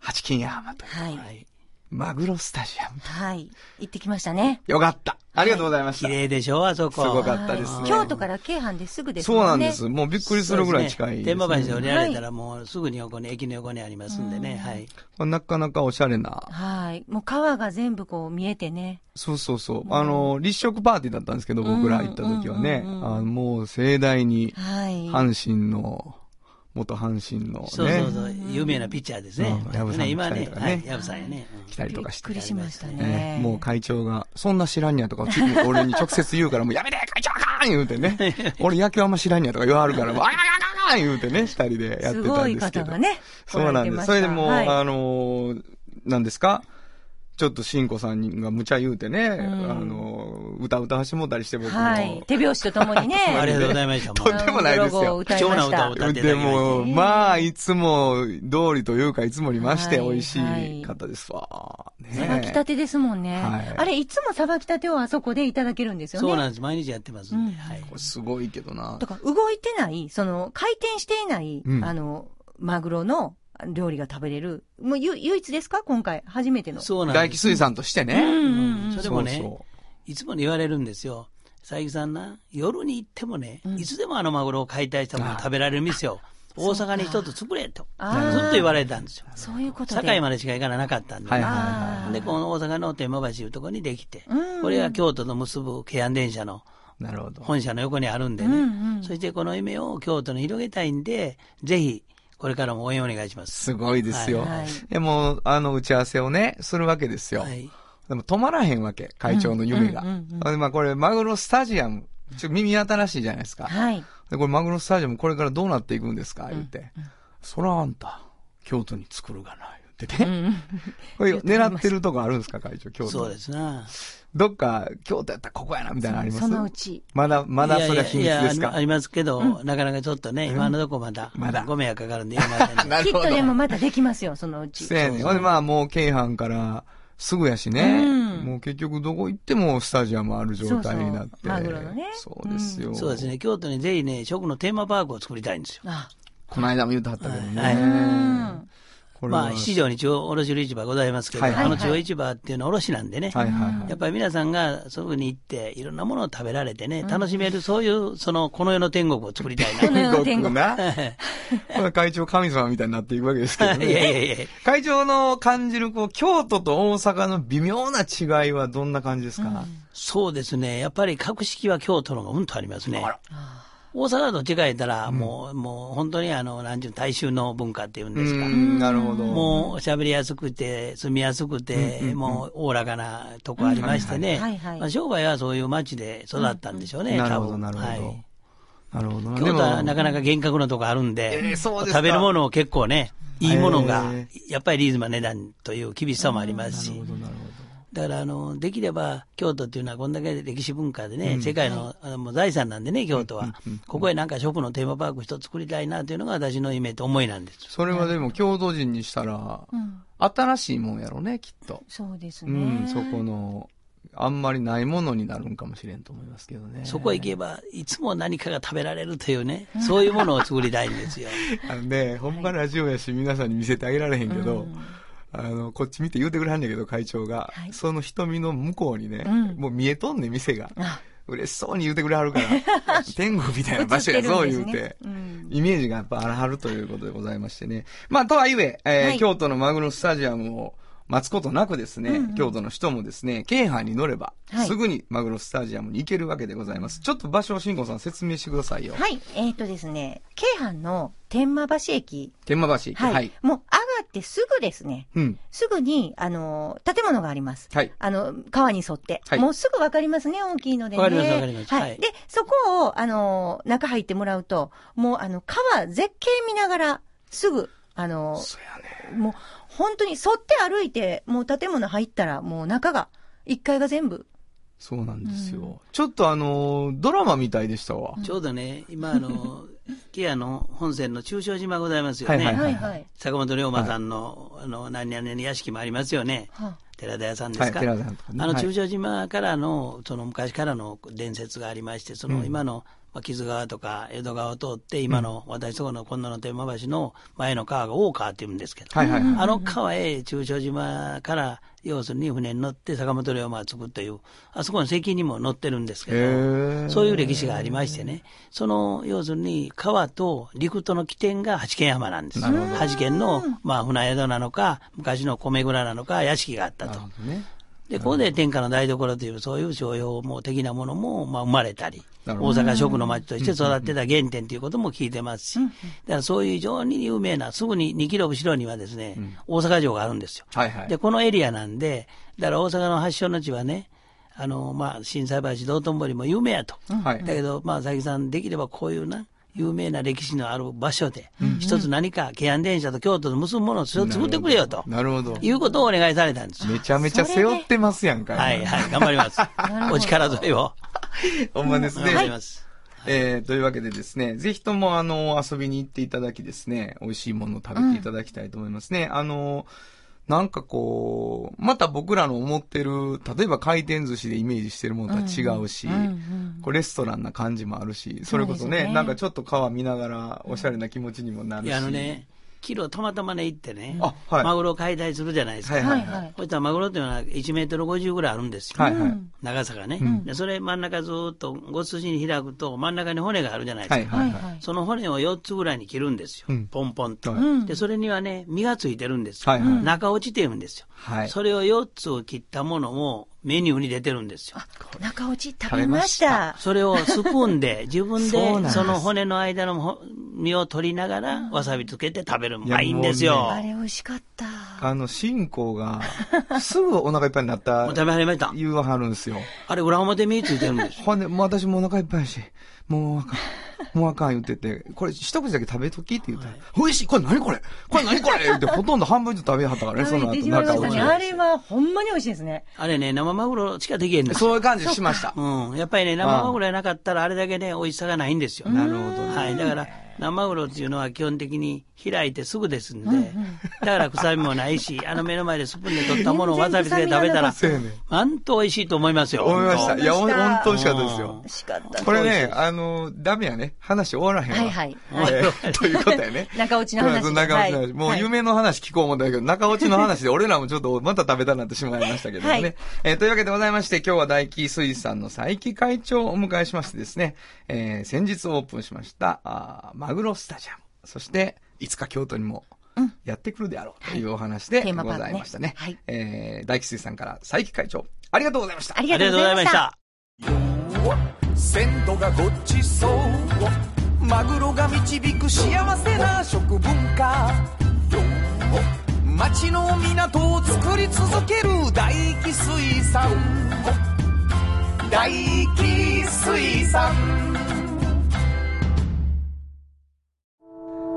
S2: 八金山という
S3: はい。
S5: はい
S2: マグロスタジアム。
S3: はい。行ってきましたね。
S2: よかった。ありがとうございました。
S5: 綺麗でしょあそこ。
S2: すごかったです
S3: は
S2: ね。
S3: い京都から京阪ですぐです
S2: そう
S3: も
S2: なんん
S3: ね。
S2: です。もうびっくりするぐらい近いです、
S5: 天満橋で降りられた
S3: は
S5: らもうすぐに横に、駅の横にありますんでね。はい。
S2: なかなかおしゃれな。
S3: はい。もう川が全部こう見えてね。
S2: そうそうそう。あの、立食パーティーだったんですけど、僕ら行った時はね。
S3: うんうんうんうん
S2: あのもう盛大に、
S3: はい。
S2: 阪神の、元阪神のね、
S5: そうそうそう。有名なピッチャーですね
S2: うん。ヤブさん
S5: ね
S2: 来
S5: 今
S2: たり
S5: ね
S2: と、かね
S5: はい。ヤブさんやね。うん
S2: 来たり
S3: び
S2: と
S3: っ
S2: かして
S3: く。りしました
S2: ね
S3: ね。
S2: もう会長が、そんな知らんにやとか、ちょ俺に直接言うから、もうやめて、会長あかん言うて ね。俺野球あんま知らんにやとか言わはるから、もうあかんあかんあかん言うてね、二人でやってたんですけ
S3: す
S2: ど。
S3: ごい方がね。
S2: そうなんです。
S3: 来
S2: そ
S3: ら
S2: れ
S3: て
S2: で
S3: ました
S2: もう、
S3: はい
S2: あのー、なんですかちょっと、しんこさんが無茶言うてね、
S3: ん
S2: あのー、歌歌わしてもうたりして、僕も。
S3: はい。手拍子とともに ね。
S5: ありがとうございました。も
S2: とん
S5: う
S2: でもないですよ
S3: ロゴを歌いまし
S5: 貴重な歌
S3: た
S5: を歌っていた
S2: で
S5: だきまし
S2: も、
S5: て
S2: まあ、いつも通りというか、いつもにまして、
S3: はい
S2: 美味しい方ですわ。ね
S3: さばきたてですもんね。
S2: はい
S3: あれ、いつもさばきたてをあそこでいただけるんですよね。
S5: そうなんです。毎日やってますんで。はい。
S2: これすごいけどな
S3: だ。から動いてない、その、回転していない、
S2: うん
S3: あの、マグロの料理が食べれる。もう、ゆ、唯一ですか今回、初めての。
S5: そうなん
S2: 大
S5: で
S2: 吉
S5: す。
S2: 水産として
S3: う
S2: ね。
S3: んうんうん。
S5: それもね
S2: そうそ、
S5: いつも言われるんですよ。佐伯さんな、夜に行ってもね、いつでもあのマグロを解体したものを食べられる店を、大阪に一つ作れと、ず
S3: あー
S5: っと言われたんですよ。
S3: そういうことで。
S5: 堺までしか行かなかったんでね、
S2: はいはいは
S3: あー
S5: で、この大阪の天満橋いうところにできて
S3: うん、
S5: これが京都の結ぶ京安電車の
S2: なるほど。
S5: 本社の横にあるんでね、そしてこの夢を京都に広げたいんで、ぜひ、これからも応援お願いします。
S2: すごいですよ。
S5: はい
S3: はい
S2: でも、あの、打ち合わせをね、するわけですよ。
S5: はい。
S2: でも止まらへんわけ、会長の夢が。
S3: うんうん
S2: でまあこれ、マグロスタジアム、ちょ耳新しいじゃないですか。
S3: はい。
S2: で、これマグロスタジアムこれからどうなっていくんですか言って。そらあんた、京都に作るがな、言ってね。 これ狙ってるとこあるんですか、会長、京都。
S5: そうですな。
S2: どっか、京都やったらここやな、みたいなのあります
S3: そのうち。
S2: まだ、まだそれは秘密です
S5: いやいやありあ
S2: か
S5: りますけど、なかなかちょっとね、今のとこまだ、
S2: まだ
S5: ご迷惑かかるんで言えませんね
S3: き
S2: な
S3: っ
S2: るほ
S3: と
S2: ど。
S3: でもまたできますよ、そのうち。
S2: せやねん。ほんで、まあもう京阪からすぐやしね。
S3: うん
S2: もう結局どこ行ってもスタジアムある状態になって。
S3: そうそうマグロのね
S2: そうですよ。
S5: そうですね、京都にぜひね、食のテーマパークを作りたいんですよ。
S3: あ、
S2: この間も言うてはったけどね。
S5: はい
S3: うん。
S2: これは
S5: まあ、七条に中央卸売市場ございますけど、
S2: はいはい
S5: あの中央市場っていうのは卸なんでね、
S2: はいはいはい
S5: やっぱり皆さんがそういうふうに行って、いろんなものを食べられてね、楽しめる、そういう、その、この世の天国を作りたい な。
S3: この世の天国
S2: な。
S5: はい
S2: これ会長神様みたいになっていくわけですけど
S5: いやいや
S2: ね。
S5: いやいや
S2: 会長の感じる、こう、京都と大阪の微妙な違いはどんな感じですか、
S5: そうですね、やっぱり格式は京都の方がうんとありますね
S2: あら。
S5: 大阪と違えたら、もう、もう本当にあの、なんちゅう、大衆の文化っていうん
S2: う
S5: ですか。
S2: ん、なるほど。
S5: もう喋りやすくて、住みやすくて、もうおおらかなとこありましてね、
S3: うんはいはい
S5: まあ、商売はそういう町で育ったんでしょうね、
S2: なる
S5: 多
S2: ほど、
S5: 分
S2: なるほど。
S5: はい
S2: なるほどな。
S5: 京都はなか
S2: な
S5: なか厳格なとこあるんで、
S2: えーそうですか
S5: 食べるものを結構ね、いいものが
S2: へ、
S5: やっぱりリーズナブルな値段という厳しさもありますし、だからあのできれば京都っていうのは、こんだけ歴史文化でね、世界のあのもう財産なんでね、京都は、ここへなんか食のテーマパーク一つ作りたいなというのが私の夢と思いなんです。
S2: それはでも、京都人にしたら、新しいもんやろうね、きっと。
S3: そうです
S2: う
S3: ね。
S2: ん、そこの、あんまりないものになるんかもしれんと思いますけどね。
S5: そこへ行けば、いつも何かが食べられるというね、そういうものを作りたいんですよ。
S2: あのね、ほんまラジオやし、皆さんに見せてあげられへんけど、あの、こっち見て言うてくれはんねんけど、会長が、
S3: い
S2: その瞳の向こうにね、
S3: うん
S2: もう見えとんねん、店が。
S3: あ
S2: 嬉しそうに言うてくれは るから、天国みたいな場所やぞ、
S3: 映って
S2: 言
S3: る
S2: う
S3: で
S2: ん
S3: すね
S2: て。
S3: うん
S2: イメージがやっぱあらはるということでございましてね。まあ、とはいえ、えー
S3: はい
S2: 京都のマグロスタジアムを待つことなくですね、京都の人もですね、京阪に乗れば、
S3: はい
S2: すぐにマグロスタジアムに行けるわけでございます。ちょっと場所を慎吾さん説明してくださいよ。
S3: はい。えっ、とですね、京阪の天満橋駅。
S2: 天満橋行って、
S3: はい。
S2: はい。
S3: もう上がってすぐですね。
S2: うん。
S3: すぐに、あの、建物があります。
S2: はい
S3: あの、川に沿って。
S2: はい
S3: もうすぐわかりますね、大きいのでね。
S5: わかりますわかります
S3: はい。
S5: はい
S3: で、そこを、あの、中入ってもらうと、もう、あの、川、絶景見ながら、すぐ、あの、
S2: そやね。
S3: もう、本当に沿って歩いて、もう建物入ったら、もう中が、一階が全部。
S2: そうなんですよ。ちょっとあのードラマみたいでしたわ。
S5: ちょうどね、今、あ の、ケアの本線の中小島ございますよ
S2: はい
S5: ね。
S3: はいはい。
S5: 坂本龍馬さんの、あの、何々の屋敷もありますよね。
S3: は
S5: 寺田屋さんですか。
S2: はい寺田屋さんとかね
S5: あの、
S2: はい
S5: 中小島からの、その昔からの伝説がありまして、その今の、まあ、木津川とか江戸川を通って、今の、私とこの今度の天満橋の前の川が大川って言うんですけど、
S2: はいはいはい。
S5: あの川へ中小島から、要するに船に乗って坂本龍馬が着くという、あそこの責任も乗ってるんですけ
S2: へ
S5: ど
S2: ー、
S5: そういう歴史がありましてね、その要するに川と陸との起点が八軒山なんです。八軒の、まあ、船宿なのか、昔の米蔵なのか、屋敷があったと。
S2: ね。
S5: で、ここで天下の台所という、そういう商用も的なものも、まあ、生まれたり、
S2: な
S5: 大
S2: るほど
S5: 阪食の町として育ってた原点ということも聞いてますし、だからそういう非常に有名な、すぐに2キロ後ろにはですね、大阪城があるんですよ。
S2: はいはい
S5: で、このエリアなんで、だから大阪の発祥の地はね、あの、まあ、震災橋、道頓堀も有名やと。
S2: はい
S5: だけど、まあ、佐々木さん、できればこういうな、有名な歴史のある場所で、一つ何か、京阪電車と京都の結ぶものを作ってくれよと。
S2: なるほど。
S5: いうことをお願いされたんですよ
S2: めちゃめちゃ背負ってますやんか。
S5: はいはい、頑張り ます。お力添えを。
S2: 今。ほんまですね。
S5: 頑張ります。
S2: えーというわけでですね、ぜひともあの、遊びに行っていただきですね、美味しいものを食べていただきたいと思いますね。あの、なんかこう、また僕らの思ってる、例えば回転寿司でイメージしてるものとは違うし、こうレストランな感じもあるし、それこそ
S3: そ
S2: ね、
S3: うですね
S2: なんかちょっと川見ながらおしゃれな気持ちにもなる
S5: い
S2: し。
S5: や、あのね、昨日たまたまね、行ってね、
S2: あはい
S5: マグロを解体するじゃないですか。
S2: はいはい
S3: い
S2: は。
S3: はいい。
S5: こういったらマグロっていうのは1メートル50ぐらいあるんですよ。
S2: はいはい。
S5: 長さがね、で。それ真ん中ずーっとご筋に開くと、真ん中に骨があるじゃないです
S2: は
S5: か。
S2: いはいはい。
S5: その骨を4つぐらいに切るんですよ。
S2: うん
S5: ポンポンと、
S2: はい
S5: で、それにはね、身がついてるんですよ。
S2: はいはい
S5: 中落ちてるんですよ。
S2: はい
S5: それを4つを切ったものを、メニューに出てるんですよ。
S3: 中落ち食べました。
S5: それをスプー ンで、自分
S2: そうなんで
S5: で、
S2: す
S5: その骨の間のほ身を取りながら、わさびつけて食べる。うまいんですよ。
S3: あれ美味しかった。
S2: あの、進行が、すぐお腹いっぱいになった
S5: もう食べ始めた。
S2: 言わはるんですよ。
S5: あれ、裏表身ついてるんですよ。
S2: ほんで、もう私もうお腹いっぱいやし、もうあかん。もうあかん言ってて、これ一口だけ食べときって言ったら、美味しいこれ何これこれ何これってほとんど半分ずつ食べはったからね、そ
S3: 食
S2: の
S3: べてし
S2: 後
S3: まいま
S2: 中
S3: した
S2: 落
S3: ね。
S2: ち
S3: あれはほんまに美味しいですね。
S5: あれね、生マグロしかできへんの
S2: そういう感じしました。
S5: うん。やっぱりね、生マグロやなかったら、あれだけね、美味しさがないんですよ。なるほど。はい。だから、生マグロっていうのは基本的に開いてすぐですんで、だから臭みもないし、 あの目の前でスプーンで取ったものをわさびつけて食べたら
S2: 全然臭みがなかったそうやね、
S5: なんと美味しいと思いますよ。
S2: 思いました。
S5: 本当
S2: いや、ほん
S3: 思いました
S2: 本当美味しかったですよ
S3: 美。味しかった。
S2: これね、あの、ダメやね。話終わらへんわ。
S3: はいはい
S2: えーということや ね。
S3: 中落ちの話
S2: そうなんです中落ちの話。
S3: はい
S2: もう夢の話聞こう思ったけど、中落ちの話で俺らもちょっとまた食べたなってしまいましたけどもね。
S3: はい
S2: えーというわけでございまして、今日は大木水産の佐伯会長をお迎えしましてですね、えー先日オープンしました、あーマグロスタジアム。そして、いつか京都にも、やってくるであろうというお話で
S3: テーマパー
S2: ご
S3: クね
S2: ざいましたね。
S3: はい
S2: えー大木水産から佐伯会長、ありがとうございました。
S3: あり
S5: あ
S3: が
S5: り
S3: と
S5: が
S3: う
S5: と
S3: ご
S5: うご
S3: ざ
S5: ざ
S3: い
S5: い
S3: ま
S5: ま
S3: し
S5: したた。。
S4: 鮮度がごちそうマグロが導く幸せな食文化よ町の港を作り続ける大気水産大気水産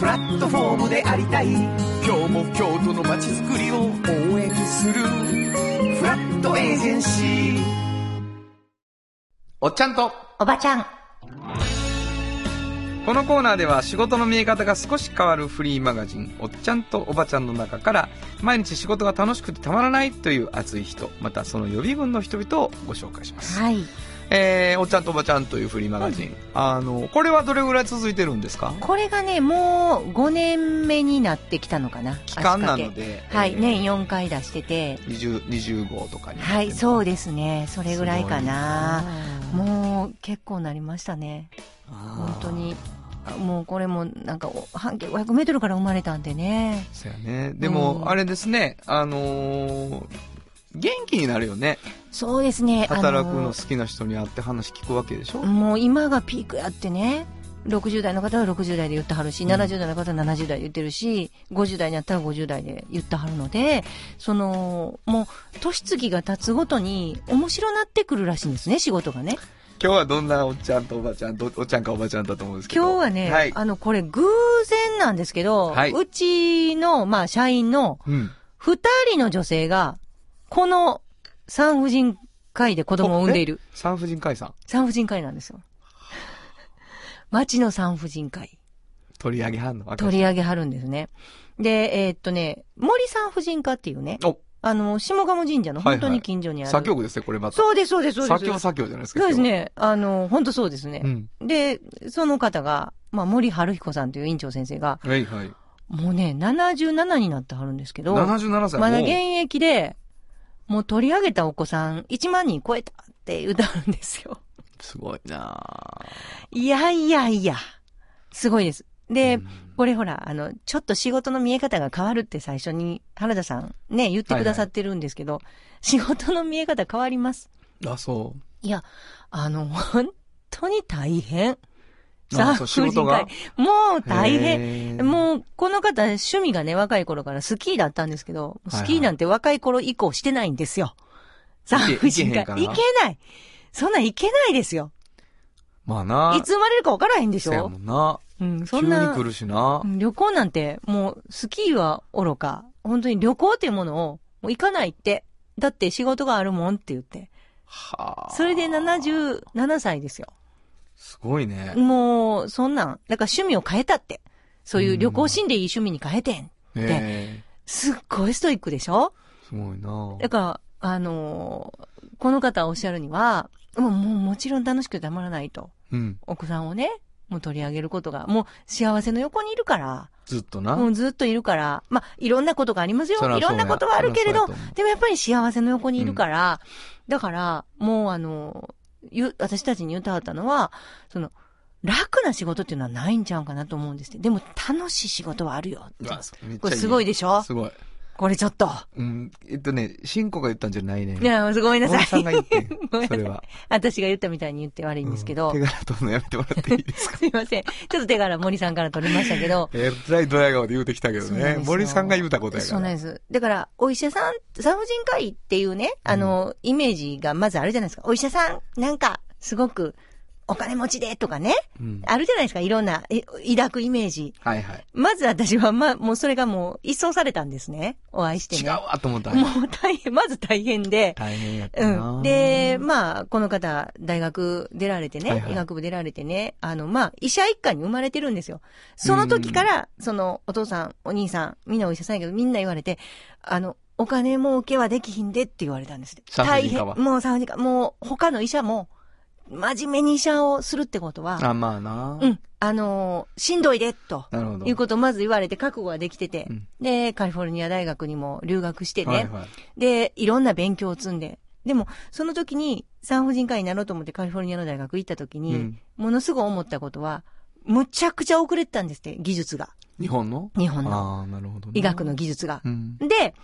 S4: プラットフォームでありたい。今日も京都の街づくりを応援する。フラットエージェンシー。
S2: おっちゃんと、
S6: おばちゃん。
S2: このコーナーでは仕事の見え方が少し変わるフリーマガジン「おっちゃんとおばちゃん」の中から毎日仕事が楽しくてたまらないという熱い人またその予備軍の人々をご紹介します、
S6: はい。
S2: えー、おっちゃんとおばちゃんというフリーマガジン、あのこれはどれぐらい続いてるんですか
S3: これがね、もう5年目になってきたのかな。
S2: 期間なの
S3: 足掛
S2: で、
S3: け。はい、
S2: えー
S3: 年4回出してて。
S2: 20 20号とかに
S3: はい、そう
S2: で
S3: ですね。それぐらいかな。もう結構なりましたね。本当に。あもうこれもなんかお半径500メートルから生まれたんでね。
S2: すよねで
S3: う
S2: も、
S3: ん
S2: あれですねあのー元気になるよね
S3: そうですね。
S2: 働く
S3: あ
S2: の好きな人に会って話聞くわけでしょ、
S3: もう今がピークやってね。60代の方は60代で言ってはるし、70代の方は70代で言ってるし、50代になったら50代で言ってはるので、その、もう、年月が経つごとに面白なってくるらしいんですね、仕事がね。
S2: 今日はどんなおっちゃんとおばちゃん、どおっちゃんかおばちゃんだと思うんですけど。
S3: 今日はね、
S2: はい。
S3: あの、これ偶然なんですけど、
S2: はいう
S3: ちの、まあ、社員の
S2: うん。
S3: 二人の女性が、この産婦人科医で子供を産んでいる。
S2: 産婦人科医さん、
S3: 産婦人科医なんですよ。 町の産婦人科医。
S2: 取り上げはんの
S3: 取り上げはるんですね。で、えーっとね、森産婦人科っていうね、
S2: お、
S3: あの、下鴨神社の
S2: はいはい
S3: 本当に近所にある。
S2: 作業ですね、これまた。
S3: そうです、そうです、そう
S2: 作
S3: で
S2: 業
S3: す。
S2: 作業じゃないですか。
S3: そうですね。あの、本当そうです
S2: 今日は。
S3: ね。
S2: うん。
S3: で、その方が、まあ、森春彦さんという院長先生が、
S2: はいはい。
S3: もうね、77になってはるんですけど、ま
S2: 77歳。
S3: だ
S2: もう
S3: 現役で、もう取り上げたお子さん1万人超えたって歌うんですよ。
S2: すごいなぁ
S3: いやいやいや、すごいです。で、
S2: うん
S3: これほら、あの、ちょっと仕事の見え方が変わるって最初に原田さんね、言ってくださってるんですけど、仕事の見え方変わります。
S2: あ、そう。
S3: いや、あの、本当に大変。
S2: あ
S3: 産
S2: そう
S3: 婦
S2: 仕
S3: 人
S2: 事
S3: 科
S2: が
S3: 医。もう大変。
S2: 変う。
S3: もう、この方、趣味がね、若い頃からスキーだったんですけど、スキーなんて若い頃以降してないんですよ。産
S2: いけ
S3: 婦人科
S2: いけへんかな
S3: 医。いけない。そんなんいけないですよ。
S2: まあない
S3: つ生まれるかわからへんでし
S2: そうや
S3: ょ
S2: もんな。
S3: うん、
S2: 急
S3: そん
S2: に
S3: な。
S2: 来るしな
S3: う。ん旅行なんて、もう、スキーは愚か。本当に旅行っていうものを、もう行かないって。だって仕事があるもんって言って。
S2: はぁ。
S3: それで77歳ですよ。
S2: すごいね。
S3: もう、そんなん。だから趣味を変えたって。そういう旅行しんでいい趣味に変えてん。
S2: ええ。
S3: すっごいストイックでしょ
S2: すごいなぁ
S3: だから、あのーこの方おっしゃるには、もう、もうもちろん楽しくてたまらないと。
S2: うん。
S3: お子さんをね、もう取り上げることが、もう幸せの横にいるから、
S2: ずっとな。
S3: もうずっといるから、まあ、いろんなことがありますよ
S2: そ。ら
S3: いろんなことはあるけれ
S2: そ
S3: ど
S2: うやそらそうやと思、
S3: でもやっぱり幸せの横にいるから、だから、もうあの、ゆ私たちに言ってはったのは、その、楽な仕事っていうのはないんちゃうかなと思うんですって。でも楽しい仕事はあるよって
S2: うわめっちゃ
S3: これすごいでしょ
S2: すごい。
S3: これちょっと。
S2: うん。えっとね、シンコが言ったんじゃないね。
S3: いや、ごめんな
S2: 小野
S3: さ
S2: さん
S3: い。
S2: が言ってん
S3: ごめんなさい
S2: それは。
S3: 私が言ったみたいに言って悪いんですけど、
S2: 手柄取るのやめてもらっていいです か
S3: すいません。ちょっと手柄森さんから取りましたけど、
S2: えらいドヤ顔で言うてきたけど
S3: そうなんで
S2: ね
S3: す。よ
S2: 森さんが言うたことやから。
S3: そうなんです。だから、お医者さん、産婦人科医っていうね、あの、イメージがまずあるじゃないですか。お医者さん、なんか、すごく、お金持ちでとかね、
S2: うん
S3: あるじゃないですか。いろんな、え抱くイメージ。
S2: はいはい。
S3: まず私は、ま、もうそれがもう、一掃されたんですね。お会いしてね。
S2: 違うわと思った。
S3: もう大変、まず大変で。
S2: 大変やったな。
S3: うん。で、まあ、この方、大学出られてね、
S2: はいはい
S3: 医学部出られてね、あの、まあ、医者一家に生まれてるんですよ。その時から、その、お父さん、お兄さん、みんなお医者さんやけど、みんな言われて、あの、お金儲けはできひんでって言われたんですって。
S2: 産婦人科は
S3: もう産婦人科、もう他の医者も、真面目に医者をするってことは、
S2: あ、まあな。
S3: うん、あのーしんどいで、と。
S2: なるほど。
S3: いうことをまず言われて覚悟はできてて、
S2: うん
S3: で、カリフォルニア大学にも留学してね、
S2: はいはい。
S3: で、いろんな勉強を積んで。でも、その時に産婦人科医になろうと思ってカリフォルニアの大学行った時に、
S2: うん
S3: ものすごい思ったことは、むちゃくちゃ遅れてたんですって、技術が。
S2: 日本の
S3: 日本の
S2: ああ、なるほどね。
S3: 医学の技術が
S2: う。ん。
S3: で、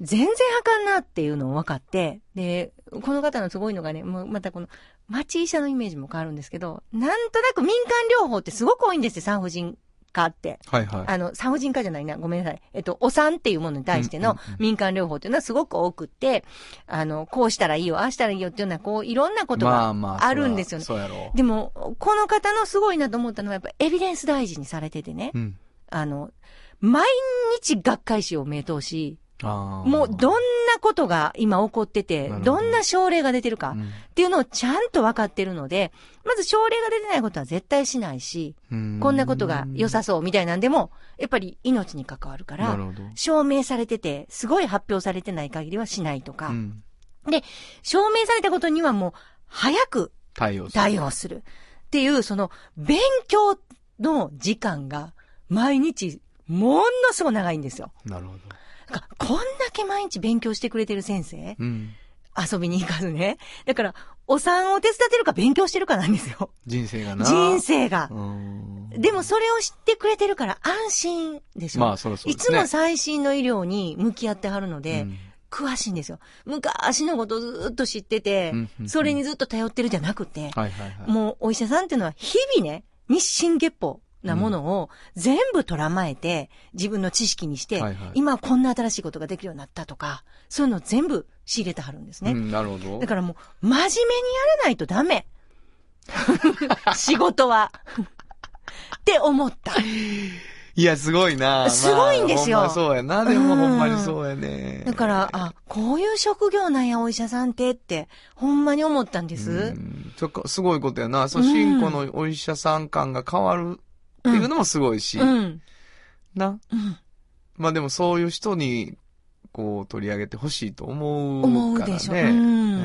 S3: 全然あかんなっていうのを分かって、で、この方のすごいのがね、もうまたこの、町医者のイメージも変わるんですけど、なんとなく民間療法ってすごく多いんですよ、産婦人科って。
S2: はいはい。
S3: あの、産婦人科じゃないな、ごめんなさい。えっと、お産っていうものに対して
S2: うん
S3: の
S2: うんうん
S3: 民間療法っていうのはすごく多くって、あの、こうしたらいいよ、ああしたらいいよっていうのは、こう、いろんなこと
S2: ま
S3: が
S2: あまあ、
S3: あるんですよね。
S2: そうやろ。
S3: でも、この方のすごいなと思ったのは、やっぱエビデンス大事にされててね、
S2: うん。
S3: あの、毎日学会誌を目通し、
S2: ああ。
S3: もうどんなことが今起こってて
S2: なる、ほど
S3: どんな症例が出てるか
S2: うん
S3: っていうのをちゃんと分かってるので、まず症例が出てないことは絶対しないし、
S2: うん
S3: こんなことが良さそうみたいなんでも、やっぱり命に関わるか
S2: な
S3: ら
S2: る、ほど。
S3: 証明されてて、すごい発表されてない限りはしないとか、
S2: うん。
S3: で、証明されたことにはもう、早く
S2: 対応する。
S3: 対応する。っていう、その、勉強の時間が、毎日、ものすごい長いんですよ。
S2: なるほど。
S3: なんかこんだけ毎日勉強してくれてる先生、
S2: うん。
S3: 遊びに行かずね。だから、お産を手伝ってるか勉強してるかなんですよ。
S2: 人生がな。
S3: 人。生が。
S2: うん。
S3: でもそれを知ってくれてるから安心でしょ。
S2: まあそりゃそうですね
S3: いつも最新の医療に向き合ってはるので、
S2: うん
S3: 詳しいんですよ。昔のことずっと知ってて、
S2: うんうんうん
S3: それにずっと頼ってるじゃなくて、
S2: はいはいはい。
S3: もうお医者さんっていうのは日々ね、日進月歩なものを全部とらまえて、自分の知識にして、
S2: はいはい
S3: 今こんな新しいことができるようになったとか、そういうのを全部仕入れてはるんですね。
S2: うん、なるほど。
S3: だからもう、真面目にやらないとダメ。 仕事は。って思った。
S2: いや、すごいな。
S3: すごいんですよ
S2: まあほんまそうやな。でも、
S3: うん
S2: ほんまにそうやね。
S3: だから、あ、こういう職業なんや、お医者さんってって、ほんまに思ったんで
S2: う
S3: す。
S2: ん、そっか、すごいことやな。そうの、
S3: ん
S2: 新子のお医者さん感が変わるっていうのもすごいし、
S3: うん。
S2: な。
S3: うん
S2: まあでも、そういう人に、こう、取り上げてほしいと思
S3: 思
S2: う
S3: う
S2: からね。
S3: でしょ。うん。
S2: へ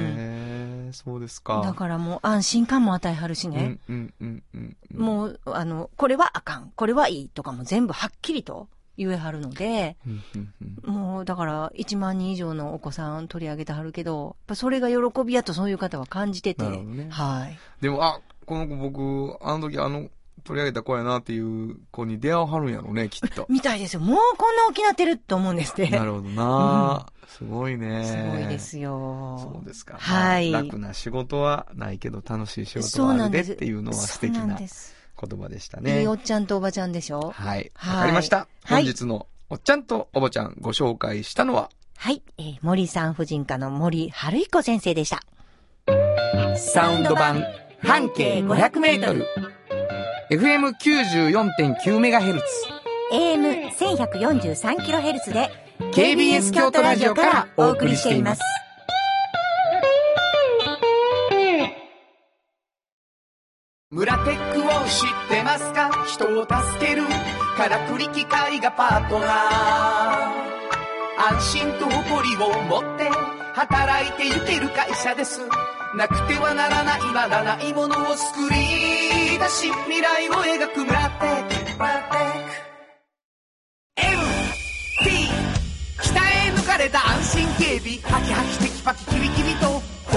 S2: えそうですか。
S3: だからもう安心感も与えはるしね。
S2: うん、うん、うん、うん。う。
S3: もう、あの、これはあかん、これはいいとかも全部はっきりと言えはるので、
S2: うん、うん、うん。
S3: もうだから1万人以上のお子さん取り上げてはるけど、やっぱそれが喜びやとそういう方は感じてて、
S2: なるほどね
S3: はい。
S2: でも、あ、この子僕、あの時、あの、取り上げた子やなっていう子に出会わはるんやろうね、きっ
S3: 。
S2: と
S3: みたいですよ。もうこんな大きなってると思うんですって。
S2: なるほどな、すごいね。
S3: すごいですよ。
S2: そうですか。
S3: はい
S2: まあ楽な仕事はないけど楽しい仕事
S3: そ
S2: は
S3: う
S2: あ
S3: な
S2: る
S3: ん
S2: で
S3: で
S2: っ
S3: す。
S2: ていうのは素敵
S3: そう
S2: なん言
S3: です。
S2: 葉でした
S3: い
S2: ね
S3: いお。っちゃんとおばちゃんでしょ
S2: はい。
S3: はい
S2: わかりました。
S3: は
S2: 本
S3: い
S2: 日のおっちゃんとおばちゃんご紹介したのは、
S3: はい、えー森産婦人科の森春彦先生でした。
S2: サウンド版半径500メートル。FM94.9MHz。
S6: AM1143kHz で
S2: KBS 京都ラジオからお送りしています。
S4: 村テックを知ってますか人を助けるからくり機械がパートナー安心と誇りを持って働いてゆける会社ですなくてはならないまだないものを作り出し未来を描く村テック村テック MT 北へ抜かれた安心警備ハキハキテキパキキビキビと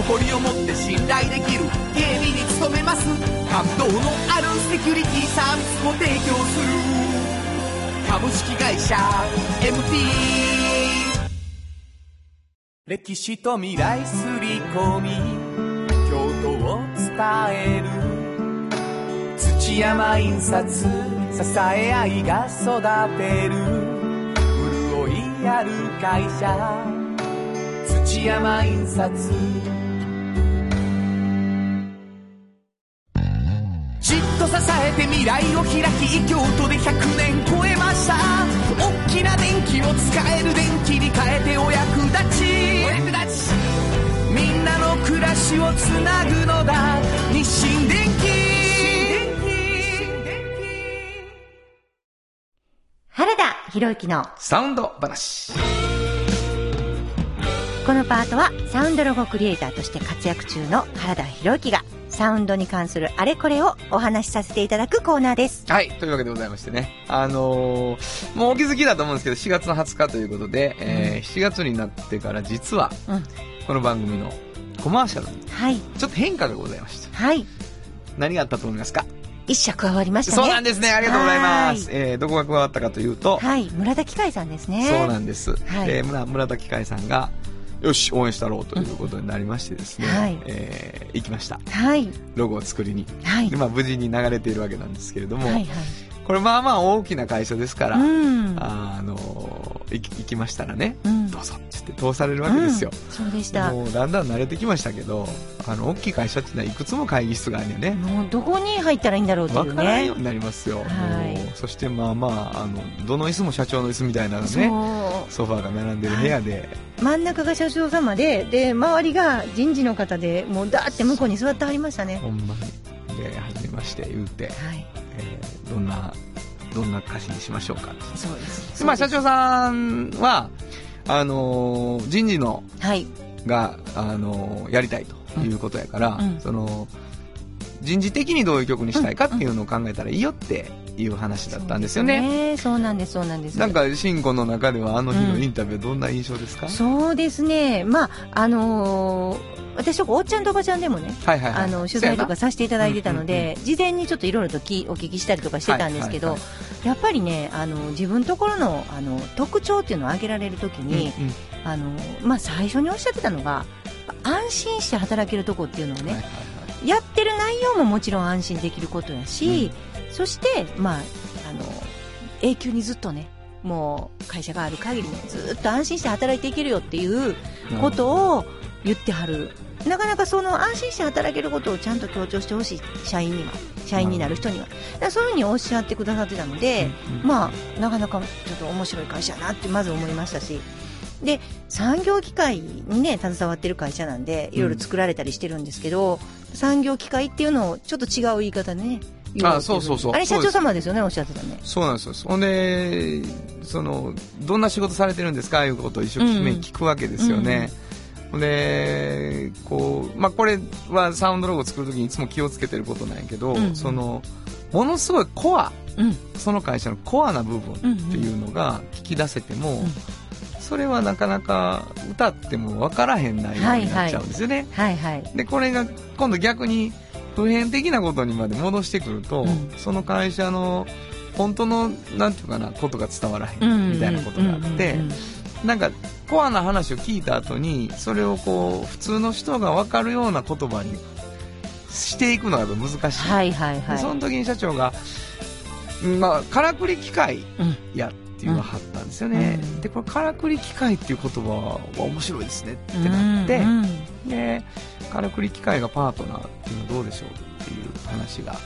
S4: 誇りを持って信頼できる警備に努めます感動のあるセキュリティサービスも提供する株式会社 MT 歴史と未来すり込み京都を伝える土山印刷支え合いが育てる潤いある会社土山印刷じっと支えて未来を開き京都で100年超えました大きな電気を使える電気に変えてお役立ちお役立ちみんなの暮らしをつなぐのだ日清電気
S6: 原田博之の
S2: サウンド話。
S6: このパートはサウンドロゴクリエイターとして活躍中の原田博之がサウンドに関するあれこれをお話しさせていただくコーナーです。
S2: はい。というわけでございましてね。あのーもうお気づきだと思うんですけど、4月の20日ということで、えー7月になってから実は、
S6: うん
S2: この番組のコマーシャルに
S6: はい。
S2: ちょっと変化がございました。
S6: はい。
S2: 何があったと思いますか
S6: 一社加わりましたね。
S2: そうなんですね。ありがとうございます。えーどこが加わったかというと、
S6: はい。村田機械さんですね。
S2: そうなんんです。
S6: はい
S2: えー村村田機械さんが、よし、応援したろうということになりましてですね、
S6: うんはい
S2: えー行きました。
S6: はい。
S2: ロゴを作りに。
S6: はい
S2: で。まあ、無事に流れているわけなんですけれども、
S6: はいはい。
S2: これまあまあ大きな会社ですから、
S6: うん。
S2: あのー行き行きましたらね、
S6: うん
S2: どうぞって言って通されるわけですよ。
S6: うんそうでした。も
S2: もうだんだん慣れてきましたけど、あの、大きい会社っていうのはいくつも会議室があるよね。
S6: うどこに入ったらいいんだろうってい
S2: わ
S6: う
S2: からん
S6: ね
S2: よう。になりますよ。
S6: はい
S2: もうそしてまあまあ、あの、どの椅子も社長の椅子みたいな
S6: そ
S2: ね、
S6: う
S2: ソファーが並んでる部屋で、
S6: 真ん中が社長様でで周りが人事の方でもうだーって向こうに座ってはりましたね
S2: ほんまに。で、初めまして言うて、
S6: はい
S2: えーどんな、どんな歌詞にしましょうかって
S6: そうです
S2: でまあ、社長さんは、あのー人事の
S6: はい
S2: が、あのやりたいということやから、
S6: うんうん
S2: その人事的にどういう曲にしたいかっていうのを考えたらいいよっていう話だったんですよね。
S3: そうなんです、そうなんです。
S2: なんか、シンゴの中ではあの日の
S3: うん
S2: インタビューどんな印象ですか、
S3: そうですね。まあ、あのー私、おっちゃんとおばちゃんでもね、
S2: はいはいはい。
S3: あの、取材とか
S2: そ
S3: させていただいてたの
S2: うんうん
S3: で、事前にちょっといろいろときお聞きしたりとかしてたんですけ
S2: は
S3: ど
S2: いは、
S3: やっぱりね、あの、自分ところの、あの、特徴っていうのを挙げられるとき
S2: うや
S3: に
S2: な、うんうん
S3: あの、まあ、最初におっしゃってたのが、安心して働けるとこっていうのをね、
S2: はいはい
S3: やってる内容ももちろん安心できることやし、そして、まあ、あの永久にずっとねもう会社がある限りねずっと安心して働いていけるよっていう
S2: はい
S3: ことを言ってはるなかなかその安心して働けることをちゃんと強調してほしい社員には社員になる人にはだからそういうふうにおっしゃってくださってたので、まあ、なかなかちょっと面白い会社やなってまず思いましたしで産業機械に、ね、携わってる会社なんでいろいろ作られたりしてるんですけど、産業機械っていうのをちょっと違う言い方でね言お
S2: あそうそうそう
S3: あれ社
S2: そうで
S3: 長
S2: す
S3: 様ですよねおっしゃってたね
S2: そうなんですよ。ほんで、その、どんな仕事されてるんですかいうことを一生懸命聞くわけですよね。ほんで、こう、まあ、これはサウンドロゴを作るときにいつも気をつけてることなんやけど、
S3: うん
S2: その、ものすごいコア、
S3: うん
S2: その会社のコアな部分
S3: うん
S2: っていうのが聞き出せても、
S3: うん
S2: それはなかなか歌っても分からへん内容になっちゃうんですよね。
S3: はいはい
S2: で、これが今度逆に普遍的なことにまで戻してくると、
S3: うん
S2: その会社の本当の、なんていうかな、ことが伝わらへ
S3: うん
S2: んみたいなことがあっ
S3: う
S2: て
S3: んうんうん、
S2: なんかコアな話を聞いた後に、それをこう、普通の人がわかるような言葉にしていくのがやっぱ難しい。
S3: はいはいは
S2: でそ
S3: い
S2: の時に社長が、うんまあ、からくり機械
S3: うん
S2: やっていうのがあったんですよね。
S3: うん
S2: で、これからくり機械っていう言葉は面白いですねってなって、
S3: うんうん
S2: で、からくり機械がパートナーっていうのはどうでしょうっていう話が、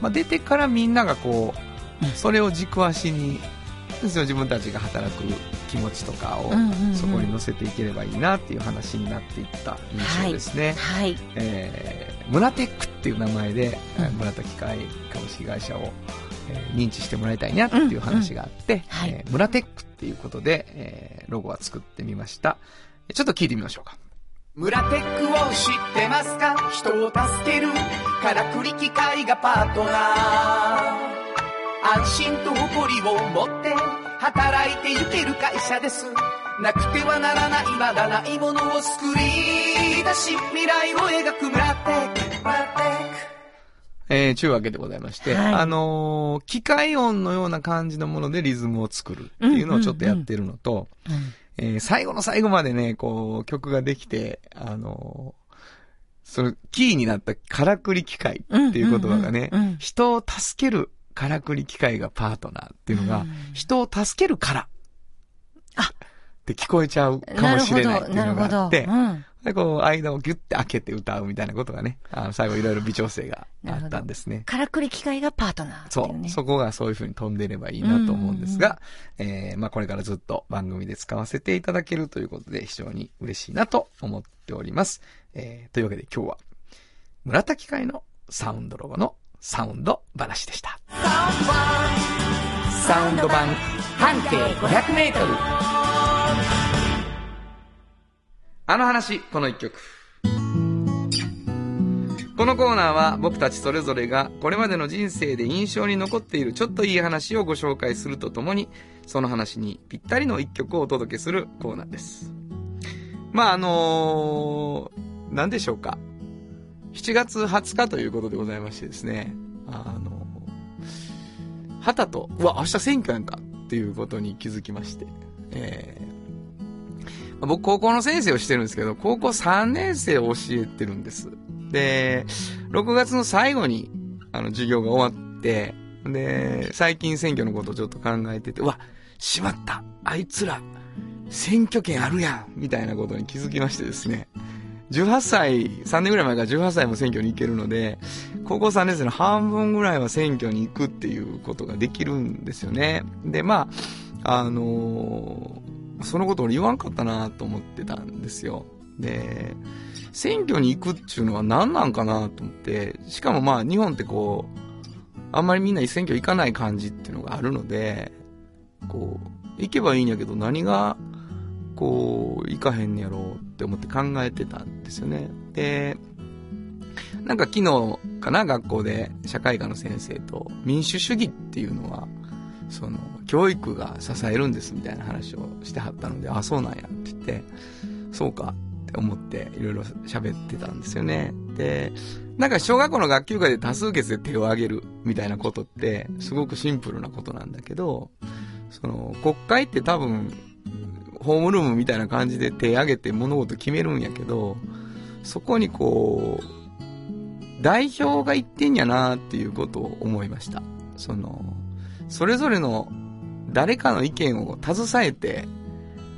S2: まあ、出てからみんながこ
S3: うん
S2: う、それを軸足に、その自分たちが働く気持ちとかを
S3: うんうんうん
S2: そこに乗せていければいいなっていう話になっていった印象ですね。
S3: はい
S2: えー、ムラテックっていう名前で、
S3: うん
S2: えー村田機械株式会社を、えー認知してもらいたいなっていう話があって、
S3: はい
S2: えームラテックっていうことで、えーロゴは作ってみました。ちょっと聞いてみましょうか。
S4: 村テックを知ってますか人を助けるからくり機械がパートナー安心と誇りを持って働いてゆける会社ですなくてはならないまだないものを作り出し未来を描く村テック村テック
S2: えー、ちゅうわけでございまして、
S3: はい
S2: あのー機械音のような感じのものでリズムを作るっていうのをちょっとやってるのと、えー最後の最後までね、こう、曲ができて、あのーその、キーになったからくり機械っていう言葉がね、
S3: うんうんうんうん
S2: 人を助けるからくり機械がパートナーっていうのが、
S3: うん
S2: 人を助けるから。
S3: あ
S2: って聞こえちゃうかもしれないっていうのがあって、
S3: うん。
S2: で、こう、間をギュッて開けて歌うみたいなことがね、あの最後いろいろ微調整があったんですね。
S3: からくり機械がパートナーって
S2: そ
S3: いう
S2: う。
S3: ね。
S2: そこがそういう風に飛んでればいいなと思うんですが、えーまあこれからずっと番組で使わせていただけるということで非常に嬉しいなと思っております。えーというわけで今日は、村田機械のサウンドロゴのサウンド話でした。サウンド版半径500メートル。あの話、この一曲。このコーナーは僕たちそれぞれがこれまでの人生で印象に残っているちょっといい話をご紹介するとともに、その話にぴったりの一曲をお届けするコーナーです。まあ、あのー、何でしょうか。7月20日ということでございましてですね、あのー、はたと、うわ、明日選挙やんかっていうことに気づきまして、えー僕高校の先生をしてるんですけど、高校3年生を教えてるんです。で、6月の最後に、あの、授業が終わって、で、最近選挙のことをちょっと考えてて、うわ、しまったあいつら、選挙権あるやんみたいなことに気づきましてですね。18歳、3年ぐらい前から18歳も選挙に行けるので、高校3年生の半分ぐらいは選挙に行くっていうことができるんですよね。で、まあ、あのーそのこと俺言わんかったなと思ってたんですよ。で、選挙に行くっていうのは何なんかなと思って、しかもまあ日本ってこう、あんまりみんな選挙行かない感じっていうのがあるので、こう、行けばいいんやけど何が、こう、行かへんねやろうって思って考えてたんですよね。で、なんか昨日かな、学校で社会科の先生と民主主義っていうのは、その、教育が支えるんですみたいな話をしてはったので、あ、そうなんやって言って、そうかって思っていろいろ喋ってたんですよね。で、なんか小学校の学級会で多数決で手を挙げるみたいなことってすごくシンプルなことなんだけど、その国会って多分ホームルームみたいな感じで手挙げて物事決めるんやけど、そこにこう、代表が言ってんやなっていうことを思いました。その、それぞれの誰かの意見を携えて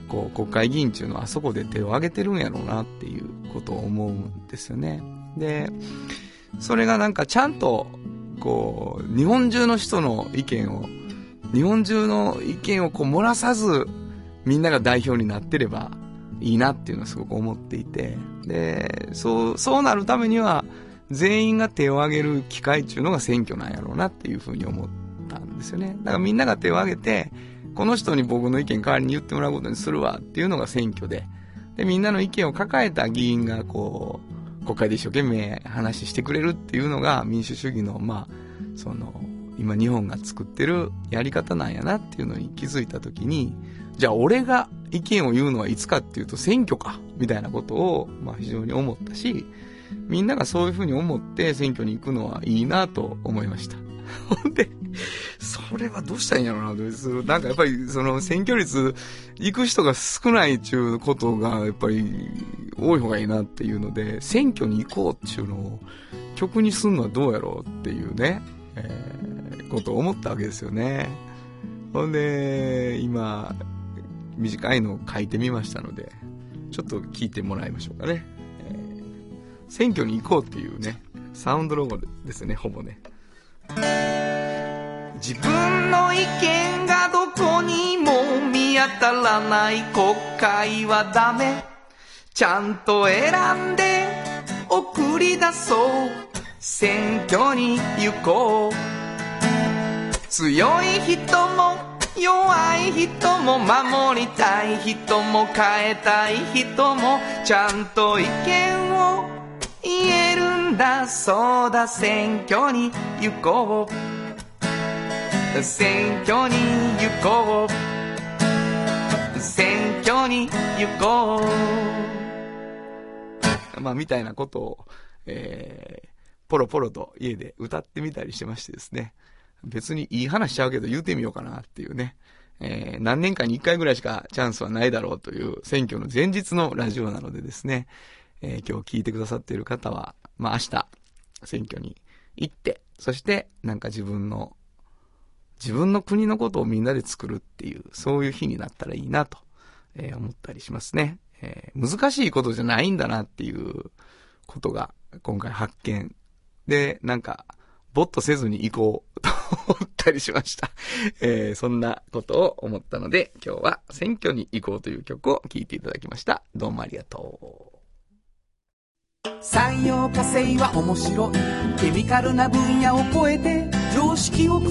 S2: こう国会議員っていうのはあそこで手を挙げてるんやろうなっていうことを思うんですよね。で、それがなんかちゃんとこう日本中の人の意見を日本中の意見をこう漏らさずみんなが代表になってればいいなっていうのはすごく思っていてでそうそうなるためには全員が手を挙げる機会っていうのが選挙なんやろうなっていうふうに思ったんですよねだからみんなが手を挙げてこの人に僕の意見代わりに言ってもらうことにするわっていうのが選挙ででみんなの意見を抱えた議員がこう国会で一生懸命話してくれるっていうのが民主主義のまあその今日本が作ってるやり方なんやなっていうのに気づいた時にじゃあ俺が意見を言うのはいつかっていうと選挙か、みたいなことを、まあ非常に思ったし、みんながそういうふうに思って選挙に行くのはいいなと思いました。 ほんで、それはどうしたらいいんやろうなと別に、なんかやっぱりその選挙率行く人が少ないっていうことがやっぱり多い方がいいなっていうので、選挙に行こうっていうのを曲にするのはどうやろうっていうね、えーことを思ったわけですよね。ほんで、今、短いのを書いてみましたので、ちょっと聞いてもらいましょうかね。えー選挙に行こうっていうね、サウンドロゴですね、ほぼね。自分の意見がどこにも見当たらない国会はダメ。ちゃんと選んで送り出そう。選挙に行こう。強い人も弱い人も守りたい人も変えたい人もちゃんと意見を言えるんだそうだ選挙に行こう選挙に行こう選挙に行こうまあみたいなことを、えー、ポロポロと家で歌ってみたりしてましてですね。別にいい話しちゃうけど言うてみようかなっていうね。えー、何年かに1回ぐらいしかチャンスはないだろうという選挙の前日のラジオなのでですね。えー、今日聞いてくださっている方は、まあ明日、選挙に行って、そしてなんか自分の、自分の国のことをみんなで作るっていう、そういう日になったらいいなと、えー、思ったりしますね。え難しいことじゃないんだなっていうことが今回発見で、なんか、ぼっとせずに行こうと思ったりしました。えー、そんなことを思ったので、今日は選挙に行こうという曲を聴いていただきました。どうもありがとう。
S4: 産業化成は面白いケミカルな分野を超えて常識を覆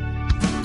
S4: 「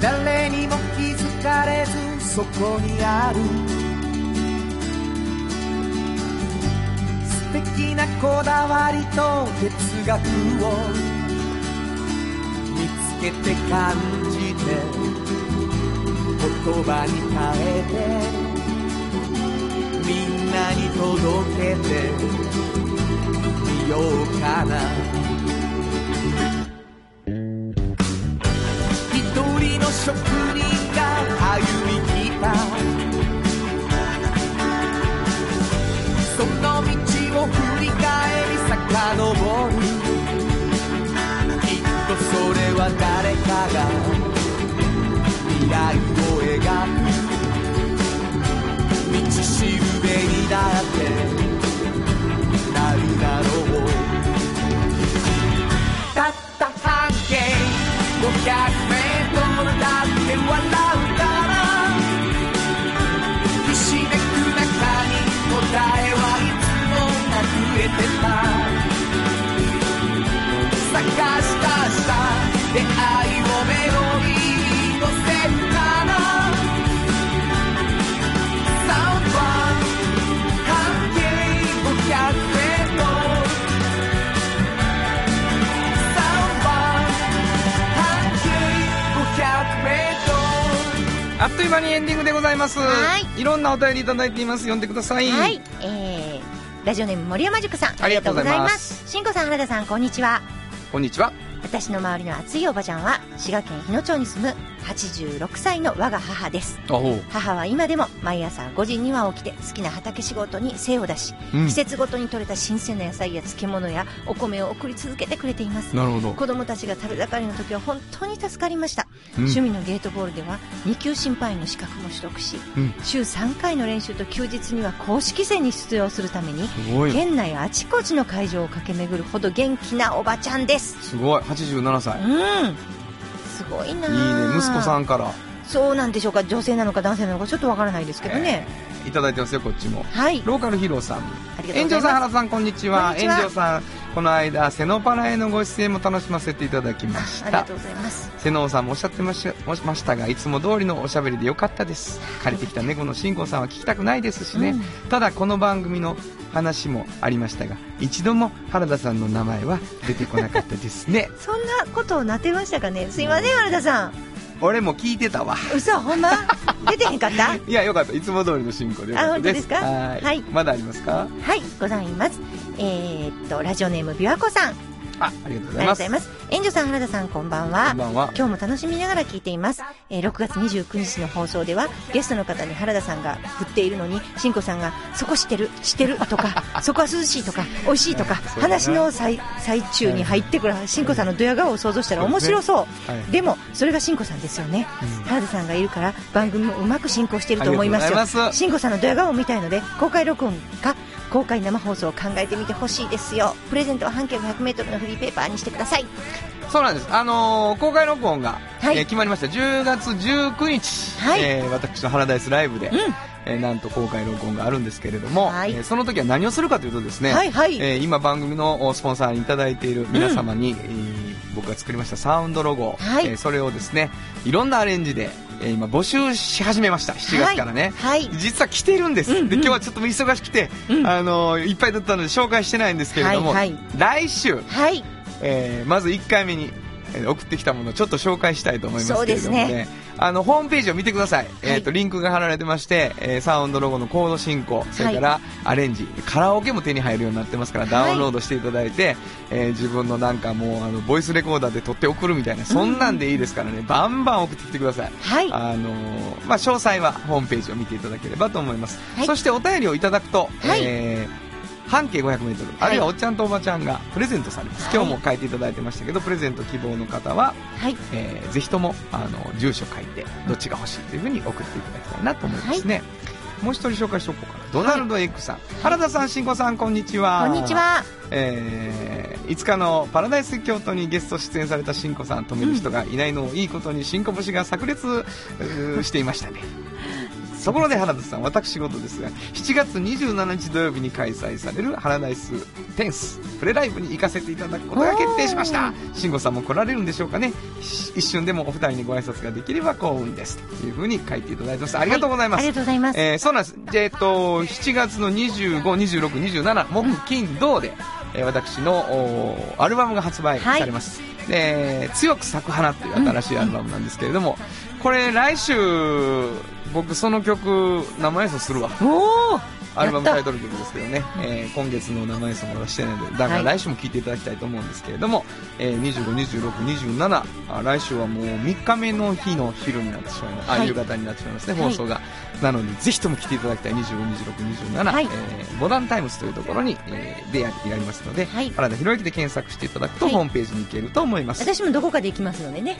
S4: 誰にも気づかれずそこにある素敵なこだわりと哲学を見つけて感じて言葉に変えてみんなに届けてみようかな職人が歩み来たその道を振り返り遡るきっとそれは誰かが未来を描く道しるべにだってなるだろうたった半径500メ笑うからひしめく中に答えはいつも隠れてた探したした出会いをメロディーに乗せるなら3番半径500メートル
S2: あっという間にエンディングでございます。。
S3: はい
S2: いろんなお便りいただいています。読んでください。
S3: はい。えー、ラジオネーム森山塾さん。。
S2: ありがとうございます
S3: しんこさん、原田さん、こんにちは。
S2: こんにちは。
S3: 私の周りの熱いおばちゃんは滋賀県日野町に住む86歳の我が母です母は今でも毎朝5時には起きて好きな畑仕事に精を出し、うん、季節ごとに採れた新鮮な野菜や漬物やお米を送り続けてくれています
S2: なるほど
S3: 子供たちが食べ盛りの時は本当に助かりました、うん、趣味のゲートボールでは2級審判員の資格も取得し、うん、週3回の練習と休日には公式戦に出場するために県内あちこちの会場を駆け巡るほど元気なおばちゃんです
S2: すごい87歳
S3: うんすごいない
S2: いね息子さんから
S3: そうなんでしょうか女性なのか男性なのかちょっとわからないですけどね、
S2: えー、いただいてますよこっちも
S3: はい
S2: ローカルヒーローさん
S3: ありがとう
S2: 炎上さん原さんこんにち
S3: こん
S2: は
S3: にちは
S2: 炎上さんこの間セノパラへのご出演も楽しませていただきまし
S3: あり
S2: た
S3: がとうございます。
S2: 瀬能さんもおっしゃってましましたがいつも通りのおしゃべりでよかったです借りてきた猫のしんこさんは聞きたくないですしね、ただこの番組の話もありましたが一度も原田さんの名前は出てこなかったです ね
S3: そんなことをなってましたかね。すいません、原田さん。
S2: 俺も聞いてたわ
S3: 嘘、ほんま出てへんかった
S2: いやよかったいつも通りの進行でよかった
S3: あ本
S2: です
S3: 当ですか
S2: はい
S3: はい
S2: まだありますか
S3: はい、ございます。えーっと、ラジオネーム、びわこさん。あり
S2: あありがとうご
S3: が
S2: ざい
S3: とうご
S2: ます
S3: ざいます。園女さん、原田さん、こんばんは。
S2: こんばんは
S3: 今日も楽しみながら聞いています、えー6月29日の放送ではゲストの方に原田さんが振っているのにしんこさんが「そこ知ってる知ってる」と か「そこは涼しい」とか「美味しい」とか
S2: うん そうだな
S3: 話の最最中に入ってくるしんこさんのドヤ顔を想像したら面白そう
S2: はい
S3: でもそれがしんこさんですよね、原田さんがいるから番組もうまく進行していると思います
S2: ありがとうござい
S3: よ
S2: ます
S3: しんこさんのドヤ顔を見たいので公開録音か公開生放送を考えてみてほしいですよプレゼントは半径 500m のフリーペーパーにしてください
S2: そうなんです。あのー公開録音が、
S3: はい
S2: えー決まりました。10月19日、
S3: はい
S2: えー私のハラダイスライブで、えーなんと公開録音があるんですけれども、
S3: はい
S2: えーその時は何をするかというとですね、
S3: はいはい
S2: えー今番組のおスポンサーにいただいている皆様に、えー僕が作りましたサウンドロゴ、
S3: はい
S2: えーそれをですね、いろんなアレンジで、えー今募集し始めました。7月からね。
S3: はいはい
S2: 実は来てるんです、
S3: うんうん
S2: で今日はちょっと忙しくて、あのーいっぱいだったので紹介してないんですけれども、
S3: はいは
S2: 来週、
S3: はい
S2: えーまず1回目にえー送ってきたものをちょっと紹介したいと思いますけれども
S3: そうで
S2: ねあのホームページを見てください、えー、とリンクが貼られてまして、えーサウンドロゴのコード進行それからアレンジ、カラオケも手に入るようになってますからダウンロードしていただいて、えー自分のなんかもうあのボイスレコーダーで撮って送るみたいなそんなんでいいですからね、バンバン送ってきてください
S3: はい
S2: あのーまあ、詳細はホームページを見ていただければと思います、
S3: はい
S2: そしてお便りをいただくと、
S3: はい
S2: えー半径 500m あるいはおっちゃんとおばちゃんがプレゼントされます、今日も書いていただいてましたけどプレゼント希望の方は、
S3: はい
S2: えーぜひともあの住所書いてどっちが欲しいというふうに送っていただきたいなと思いますね、もう一人紹介しておこうかなドナルド・エッグさん、原田さん、慎吾さん、こんにちは。
S3: こんにちは
S2: えー、5日のパラダイス京都にゲスト出演された新子さん止める人がいないのをいいことに新子節が炸裂うーしていま したねところで原田さん私事ですが7月27日土曜日に開催される「ハラダイステンス」プレライブに行かせていただくことが決定しました慎吾さんも来られるんでしょうかねし一瞬でもお二人にご挨拶ができれば幸運ですというふうに書いていただいてますありがとうございます、
S3: ありがとうございます。
S2: えーそうなんです。でえっと、7月の25、26、27、木、金、銅で、えー私のおーアルバムが発売されます。で強く咲く花という新しいアルバムなんですけれども、これ来週、僕その曲、生演奏するわ。
S3: おお
S2: アルバムタイトル曲ですけどね、えー今月の生演奏も出してないので、だから来週も聴いていただきたいと思うんですけれども、えー25、26、27あ、来週はもう3日目の日の昼になってしまいます、あ
S3: はい
S2: 夕方になってしまいますね、
S3: はい
S2: 放送が。なので、ぜひとも来ていただきたい25、26、27、
S3: はい
S2: えーモダンタイムスというところに、えー、出会いがありますので、
S3: はい
S2: 原田博之で検索していただくと、
S3: はい
S2: ホームページに行けると思います。
S3: 私もどこかで行きますのでね。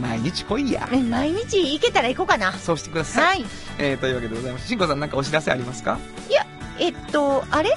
S2: 毎日来いや。
S3: ね毎日行けたら行こうかな。
S2: そうしてくださ
S3: は
S2: い。
S3: い。
S2: えーというわけでございます。しんこさん、なんかお知らせありますか
S3: いや、えっと、あれ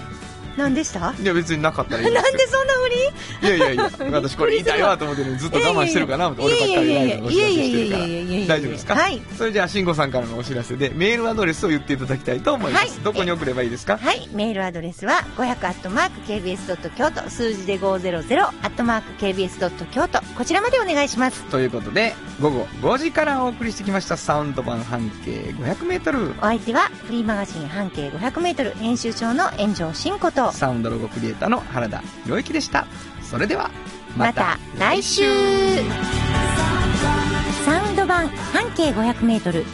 S3: 何でしたなん
S2: いや、別に なかったらいい
S3: で
S2: んですけど。
S3: そんなふり
S2: いやいやいや、私これ言いたいわと思ってるのにずっと我慢してるかなと思って、俺ばっかりライブのお知らせしてるから
S3: いやいやいやいやいやいやいやいやいやいやいやいやいや
S2: 大丈夫ですか
S3: はい
S2: それじゃあ、慎吾さんからのお知らせで、メールアドレスを言っていただきたいと思いま
S3: は
S2: す。
S3: い
S2: どこに送ればいいですか
S3: はい、メールアドレスは 500-kbs.kyoto 数字で 500-kbs.kyoto こちらまでお願いします。
S2: ということで、午後5時からお送りしてきました、サウンド版半径500メートル。
S3: お相手はフリーマガジン半径 500m 編集長の炎上真子と、
S2: サウンドロゴクリエイターの原田博之でした。それでは、
S3: また来週
S6: サウンド版半径 500m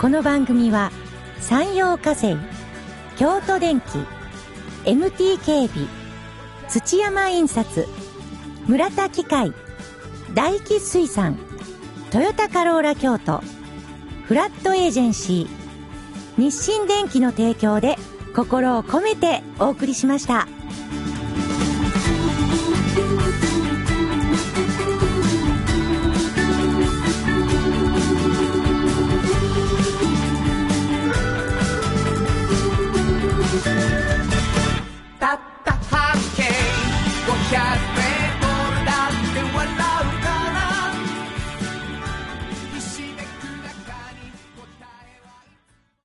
S6: この番組は山陽火星京都電機 MT 警備土山印刷村田機械大気水産トヨタカローラ京都フラットエージェンシー日清電機の提供で心を込めてお送りしました。
S2: たった半径500